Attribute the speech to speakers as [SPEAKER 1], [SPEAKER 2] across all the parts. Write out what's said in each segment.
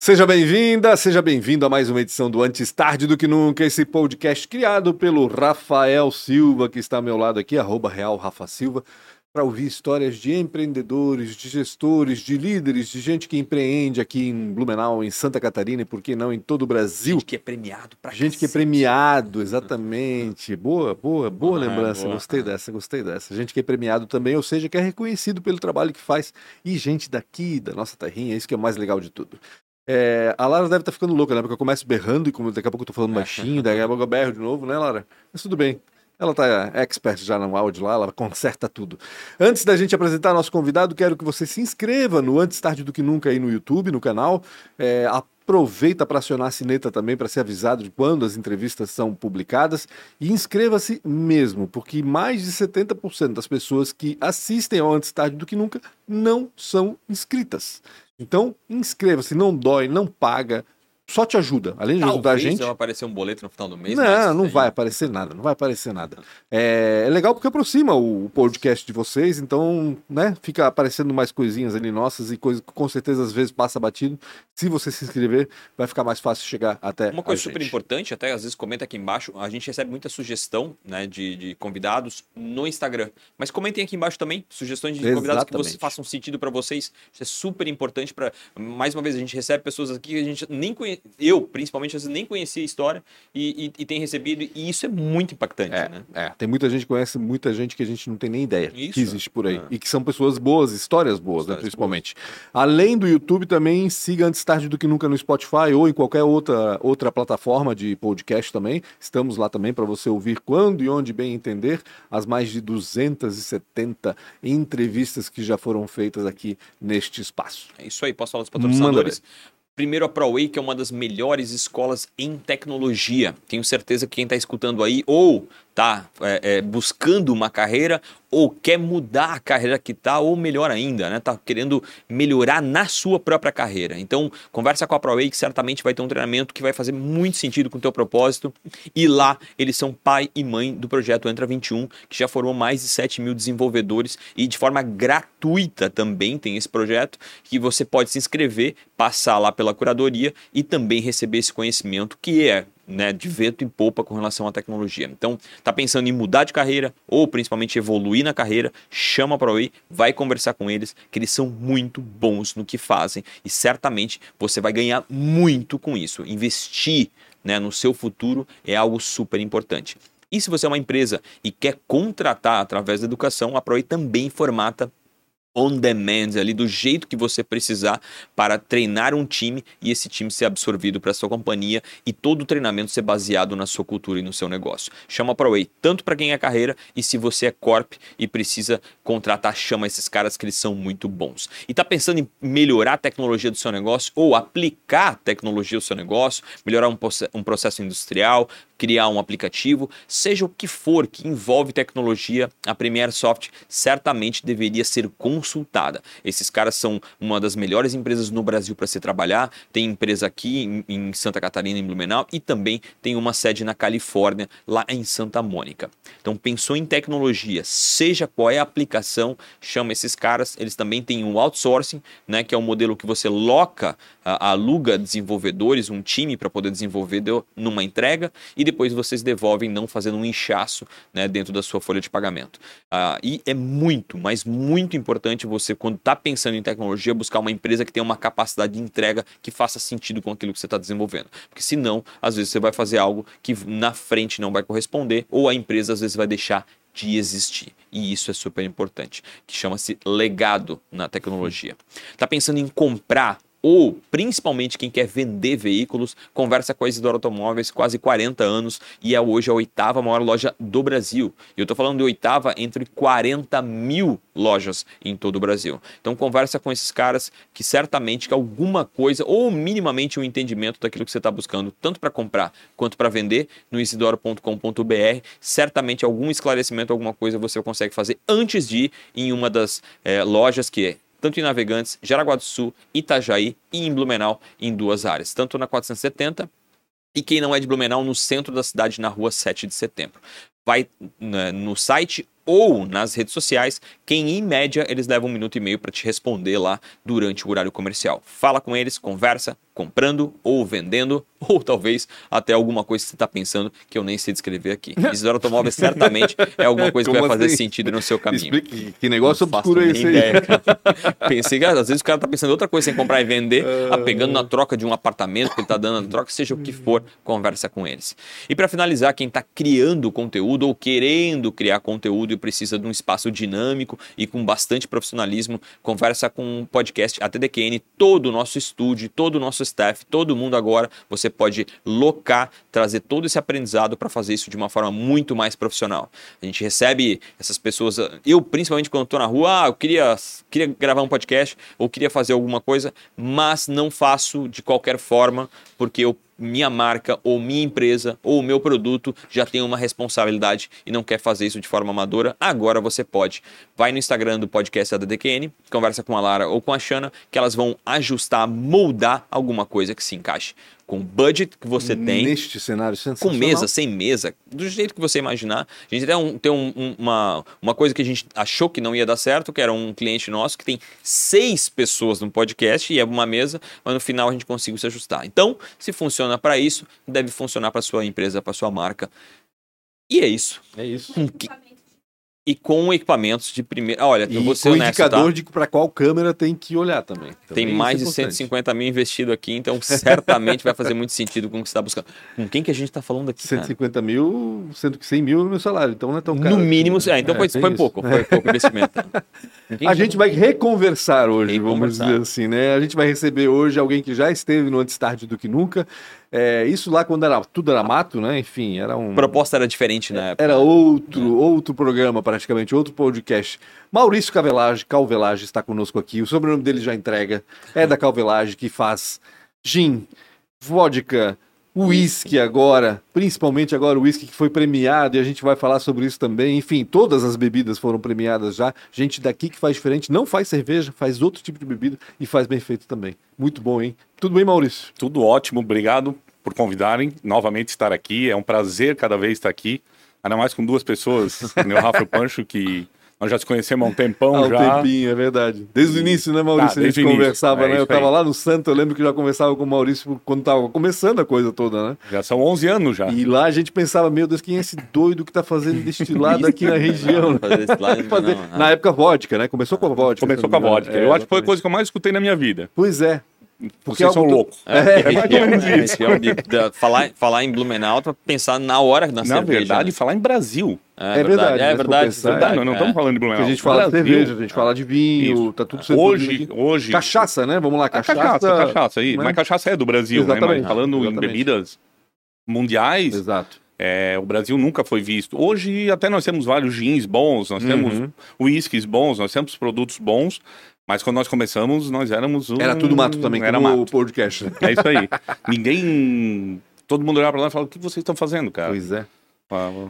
[SPEAKER 1] Seja bem-vinda, seja bem-vindo a mais uma edição do Antes Tarde do Que Nunca, esse podcast criado pelo Rafael Silva, que está ao meu lado aqui, arroba real Rafa Silva, para ouvir histórias de empreendedores, de gestores, de líderes, de gente que empreende aqui em Blumenau, em Santa Catarina e por que não em todo o Brasil.
[SPEAKER 2] Gente que é premiado pra
[SPEAKER 1] Gente que é
[SPEAKER 2] cacete.
[SPEAKER 1] premiado, exatamente. Boa, boa, boa
[SPEAKER 2] Ah,
[SPEAKER 1] lembrança.
[SPEAKER 2] boa.
[SPEAKER 1] Gostei dessa, gostei dessa. Gente que é premiado também, ou seja, que é reconhecido pelo trabalho que faz. E gente daqui, da nossa terrinha, isso que é o mais legal de tudo. É, a Lara deve estar ficando louca, né? Porque eu começo berrando e como daqui a pouco eu tô
[SPEAKER 2] É.
[SPEAKER 1] falando baixinho, daqui a pouco eu berro de novo, né, Lara? Mas tudo bem. Ela tá expert já no áudio lá, ela conserta tudo. Antes da gente apresentar nosso convidado, quero que você se inscreva no Antes Tarde do Que Nunca aí no YouTube, no canal. É, aproveita para acionar a sineta também para ser avisado de quando as entrevistas são publicadas. E inscreva-se mesmo, porque mais de 70% das pessoas que assistem ao Antes Tarde do Que Nunca não são inscritas. Então, inscreva-se, não dói, não paga, só te ajuda. Além de ajudar a
[SPEAKER 2] Talvez
[SPEAKER 1] gente.
[SPEAKER 2] não aparecer um boleto no final do mês.
[SPEAKER 1] Não,
[SPEAKER 2] mas
[SPEAKER 1] não
[SPEAKER 2] tem.
[SPEAKER 1] vai aparecer nada, não vai aparecer nada. É, é legal porque aproxima o o podcast de vocês, então, né, fica aparecendo mais coisinhas ali nossas e coisas que com certeza às vezes passa batido. Se você se inscrever, vai ficar mais fácil chegar até
[SPEAKER 2] Uma coisa
[SPEAKER 1] a
[SPEAKER 2] super
[SPEAKER 1] gente.
[SPEAKER 2] importante, até às vezes comenta aqui embaixo, a gente recebe muita sugestão né, de, de convidados no Instagram. Mas comentem aqui embaixo também sugestões de convidados que
[SPEAKER 1] Exatamente.
[SPEAKER 2] vocês façam sentido para vocês. Isso é super importante para. Mais uma vez, a gente recebe pessoas aqui que a gente nem conhe... Eu, principalmente, às vezes nem conhecia a história e, e, e tem recebido. E isso é muito impactante,
[SPEAKER 1] É,
[SPEAKER 2] né?
[SPEAKER 1] é, tem muita gente que conhece muita gente que a gente não tem nem ideia
[SPEAKER 2] Isso.
[SPEAKER 1] que existe por aí.
[SPEAKER 2] É.
[SPEAKER 1] E que são pessoas boas, histórias boas, né,
[SPEAKER 2] Histórias
[SPEAKER 1] principalmente. Além do YouTube, também siga Antes Tarde do Que Nunca no Spotify ou em qualquer outra, outra plataforma de podcast também. Estamos lá também para você ouvir quando e onde bem entender as mais de 270 entrevistas que já foram feitas aqui neste espaço.
[SPEAKER 2] É isso aí, posso falar dos
[SPEAKER 1] Manda
[SPEAKER 2] patrocinadores? Primeiro a ProWay, que é uma das melhores escolas em tecnologia. Tenho certeza que quem está escutando aí ou está buscando uma carreira ou quer mudar a carreira que está, ou melhor ainda, né? Tá querendo melhorar na sua própria carreira. Então, conversa com a ProWay que certamente vai ter um treinamento que vai fazer muito sentido com o teu propósito. E lá eles são pai e mãe do projeto Entra 21, que já formou mais de 7 mil desenvolvedores e de forma gratuita também tem esse projeto, que você pode se inscrever, passar lá pela curadoria e também receber esse conhecimento que é né, de vento em popa com relação à tecnologia. Então, tá pensando em mudar de carreira ou principalmente evoluir na carreira, chama a ProWay, vai conversar com eles, que eles são muito bons no que fazem e certamente você vai ganhar muito com isso. Investir né, no seu futuro é algo super importante. E se você é uma empresa e quer contratar através da educação, a ProE também formata on demand ali do jeito que você precisar para treinar um time e esse time ser absorvido para sua companhia e todo o treinamento ser baseado na sua cultura e no seu negócio. Chama a ProWay, tanto para quem é carreira e se você é corp e precisa contratar, chama esses caras que eles são muito bons. E tá pensando em melhorar a tecnologia do seu negócio ou aplicar a tecnologia ao seu negócio, melhorar um, proce- um processo industrial, criar um aplicativo, seja o que for que envolve tecnologia, a Premier Soft certamente deveria ser consultada. Esses caras são uma das melhores empresas no Brasil para se trabalhar, tem empresa aqui em, em Santa Catarina, em Blumenau, e também tem uma sede na Califórnia, lá em Santa Mônica. Então, pensou em tecnologia, seja qual é a aplicação, chama esses caras, eles também têm um outsourcing, né, que é um modelo que você loca, a- aluga desenvolvedores, um time para poder desenvolver deu- numa entrega e depois vocês devolvem não fazendo um inchaço né, dentro da sua folha de pagamento. Ah, e é muito, mas muito importante você, quando está pensando em tecnologia, buscar uma empresa que tenha uma capacidade de entrega que faça sentido com aquilo que você está desenvolvendo. Porque senão, às vezes você vai fazer algo que na frente não vai corresponder ou a empresa às vezes vai deixar de existir. E isso é super importante, que chama-se legado na tecnologia. Tá pensando em comprar ou principalmente quem quer vender veículos, conversa com a Isidoro Automóveis quase 40 anos e é hoje a oitava maior loja do Brasil. E eu tô falando de oitava entre 40 mil lojas em todo o Brasil. Então conversa com esses caras que certamente que alguma coisa ou minimamente um entendimento daquilo que você está buscando, tanto para comprar quanto para vender, no isidoro.com.br, certamente algum esclarecimento, alguma coisa você consegue fazer antes de ir em uma das eh, lojas que é tanto em Navegantes, Jaraguá do Sul, Itajaí e em Blumenau, em duas áreas, tanto na 470 e quem não é de Blumenau, no centro da cidade, na rua 7 de setembro. Vai né, no site ou nas redes sociais, quem em média eles levam um minuto e meio para te responder lá durante o horário comercial. Fala com eles, conversa, comprando ou vendendo, ou talvez até alguma coisa que você está pensando que eu nem sei descrever aqui. Isidoro Automóveis certamente é alguma coisa que
[SPEAKER 1] Como
[SPEAKER 2] vai fazer
[SPEAKER 1] assim?
[SPEAKER 2] sentido no seu caminho.
[SPEAKER 1] Explique que- que negócio
[SPEAKER 2] Não faço
[SPEAKER 1] obscuro é
[SPEAKER 2] nem
[SPEAKER 1] esse aí.
[SPEAKER 2] ideia, cara. Pensei, cara, às vezes o cara tá pensando em outra coisa sem comprar e vender,
[SPEAKER 1] É.
[SPEAKER 2] tá pegando na troca de um apartamento que ele tá dando na troca, seja o que for, conversa com eles. E para finalizar, quem tá criando conteúdo ou querendo criar conteúdo e precisa de um espaço dinâmico e com bastante profissionalismo, conversa com o podcast ATDQN, todo o nosso estúdio, todo o nosso staff, todo mundo agora, você pode locar, trazer todo esse aprendizado para fazer isso de uma forma muito mais profissional. A gente recebe essas pessoas, eu principalmente quando estou na rua, ah, eu queria, queria gravar um podcast ou queria fazer alguma coisa, mas não faço de qualquer forma, porque eu minha marca ou minha empresa ou meu produto já tem uma responsabilidade e não quer fazer isso de forma amadora, agora você pode. Vai no Instagram do podcast da DQN, conversa com a Lara ou com a Xana, que elas vão ajustar, moldar alguma coisa que se encaixe com o budget que você tem
[SPEAKER 1] Neste cenário
[SPEAKER 2] com
[SPEAKER 1] sensacional.
[SPEAKER 2] mesa, sem mesa, do jeito que você imaginar. A gente até um- tem um- um- uma, uma coisa que a gente achou que não ia dar certo, que era um cliente nosso que tem seis pessoas no podcast e é uma mesa, mas no final a gente conseguiu se ajustar. Então, se funciona para isso, deve funcionar para sua empresa, para sua marca. E é isso.
[SPEAKER 1] É isso.
[SPEAKER 2] Com que- E com equipamentos de primeira. Olha,
[SPEAKER 1] E
[SPEAKER 2] eu vou ser
[SPEAKER 1] com
[SPEAKER 2] honesto, tá?
[SPEAKER 1] indicador de para qual câmera tem que olhar também.
[SPEAKER 2] Tem
[SPEAKER 1] Também
[SPEAKER 2] mais de
[SPEAKER 1] isso é importante.
[SPEAKER 2] 150 mil investido aqui, então certamente vai fazer muito sentido com o que você está buscando. Com quem que a gente está falando aqui? cara?
[SPEAKER 1] 150 mil, sendo que 100 mil é o meu salário. Então não é tão caro.
[SPEAKER 2] no
[SPEAKER 1] assim,
[SPEAKER 2] mínimo,
[SPEAKER 1] né?
[SPEAKER 2] é, então foi,
[SPEAKER 1] tem
[SPEAKER 2] foi
[SPEAKER 1] isso.
[SPEAKER 2] pouco, foi pouco investimento.
[SPEAKER 1] A gente vai reconversar hoje, vamos
[SPEAKER 2] Reconversar.
[SPEAKER 1] dizer assim, né? A gente vai receber hoje alguém que já esteve no Antes Tarde do que Nunca. É, isso lá quando era tudo era mato, né? Enfim, era um.
[SPEAKER 2] A proposta era diferente na época.
[SPEAKER 1] Era outro, outro programa, praticamente, outro podcast. Maurício Calvelage, Calvelage está conosco aqui. O sobrenome dele já entrega. É da Calvelage que faz gin, vodka, uísque agora, principalmente agora o uísque que foi premiado e a gente vai falar sobre isso também. Enfim, todas as bebidas foram premiadas já. Gente daqui que faz diferente, não faz cerveja, faz outro tipo de bebida e faz bem feito também. Muito bom, hein? Tudo bem, Maurício?
[SPEAKER 3] Tudo ótimo, obrigado por convidarem novamente estar aqui. É um prazer cada vez estar aqui, ainda mais com duas pessoas, né, o Rafa e o Pancho, que nós já se conhecemos há um tempão
[SPEAKER 1] Há um
[SPEAKER 3] já.
[SPEAKER 1] tempinho, é verdade. Desde o início, né, Maurício?
[SPEAKER 3] Tá,
[SPEAKER 1] a
[SPEAKER 3] desde
[SPEAKER 1] gente
[SPEAKER 3] o início.
[SPEAKER 1] conversava,
[SPEAKER 3] É
[SPEAKER 1] né?
[SPEAKER 3] isso
[SPEAKER 1] Eu tava
[SPEAKER 3] aí.
[SPEAKER 1] lá no Santo, eu lembro que eu já conversava com o Maurício quando tava começando a coisa toda, né?
[SPEAKER 3] Já são 11 anos já.
[SPEAKER 1] E lá a gente pensava, meu Deus, quem é esse doido que tá fazendo destilado aqui na região? né?
[SPEAKER 2] Fazer esse lado,
[SPEAKER 1] Fazer-
[SPEAKER 2] não, não.
[SPEAKER 1] Na época, vodka, né? Começou com a vodka. se
[SPEAKER 3] Começou
[SPEAKER 1] não
[SPEAKER 3] com a
[SPEAKER 1] me engano.
[SPEAKER 3] vodka.
[SPEAKER 1] É,
[SPEAKER 3] Eu acho que foi a
[SPEAKER 1] exatamente.
[SPEAKER 3] coisa que eu mais escutei na minha vida.
[SPEAKER 1] Pois é. Porque
[SPEAKER 3] Vocês são
[SPEAKER 1] algo-
[SPEAKER 3] louco.
[SPEAKER 2] É,
[SPEAKER 1] É,
[SPEAKER 3] mais ou menos
[SPEAKER 2] é, é, é, de- de- falar, falar em Blumenau, pra pensar na hora na,
[SPEAKER 3] Na
[SPEAKER 2] cerveja,
[SPEAKER 3] verdade,
[SPEAKER 2] né?
[SPEAKER 3] falar em Brasil.
[SPEAKER 1] É verdade,
[SPEAKER 2] É
[SPEAKER 1] mas
[SPEAKER 2] verdade,
[SPEAKER 1] se for
[SPEAKER 2] é verdade,
[SPEAKER 3] Não, não
[SPEAKER 2] é.
[SPEAKER 3] estamos falando de
[SPEAKER 1] Porque
[SPEAKER 3] Blumenau.
[SPEAKER 1] a gente fala de
[SPEAKER 3] Brasil.
[SPEAKER 1] cerveja, a gente fala de vinho, tá tudo sendo
[SPEAKER 3] Hoje,
[SPEAKER 1] produzido aqui.
[SPEAKER 3] hoje.
[SPEAKER 1] Cachaça, né? Vamos lá,
[SPEAKER 3] A
[SPEAKER 1] cachaça.
[SPEAKER 3] cachaça, cachaça aí.
[SPEAKER 1] né?
[SPEAKER 3] Mas cachaça é do Brasil, né?
[SPEAKER 1] Exatamente.
[SPEAKER 3] Mas falando
[SPEAKER 1] Exatamente.
[SPEAKER 3] em bebidas mundiais,
[SPEAKER 1] Exato.
[SPEAKER 3] É, o Brasil nunca foi visto. Hoje até nós temos vários gins bons, nós temos
[SPEAKER 1] Uhum.
[SPEAKER 3] uísques bons, nós temos produtos bons, mas quando nós começamos, nós éramos um...
[SPEAKER 1] Era tudo mato também,
[SPEAKER 3] Era
[SPEAKER 1] como
[SPEAKER 3] mato.
[SPEAKER 1] o podcast. né?
[SPEAKER 3] É isso aí. Ninguém... Todo mundo olhava pra lá e falava, o que vocês estão fazendo, cara?
[SPEAKER 1] Pois é.
[SPEAKER 3] Ah,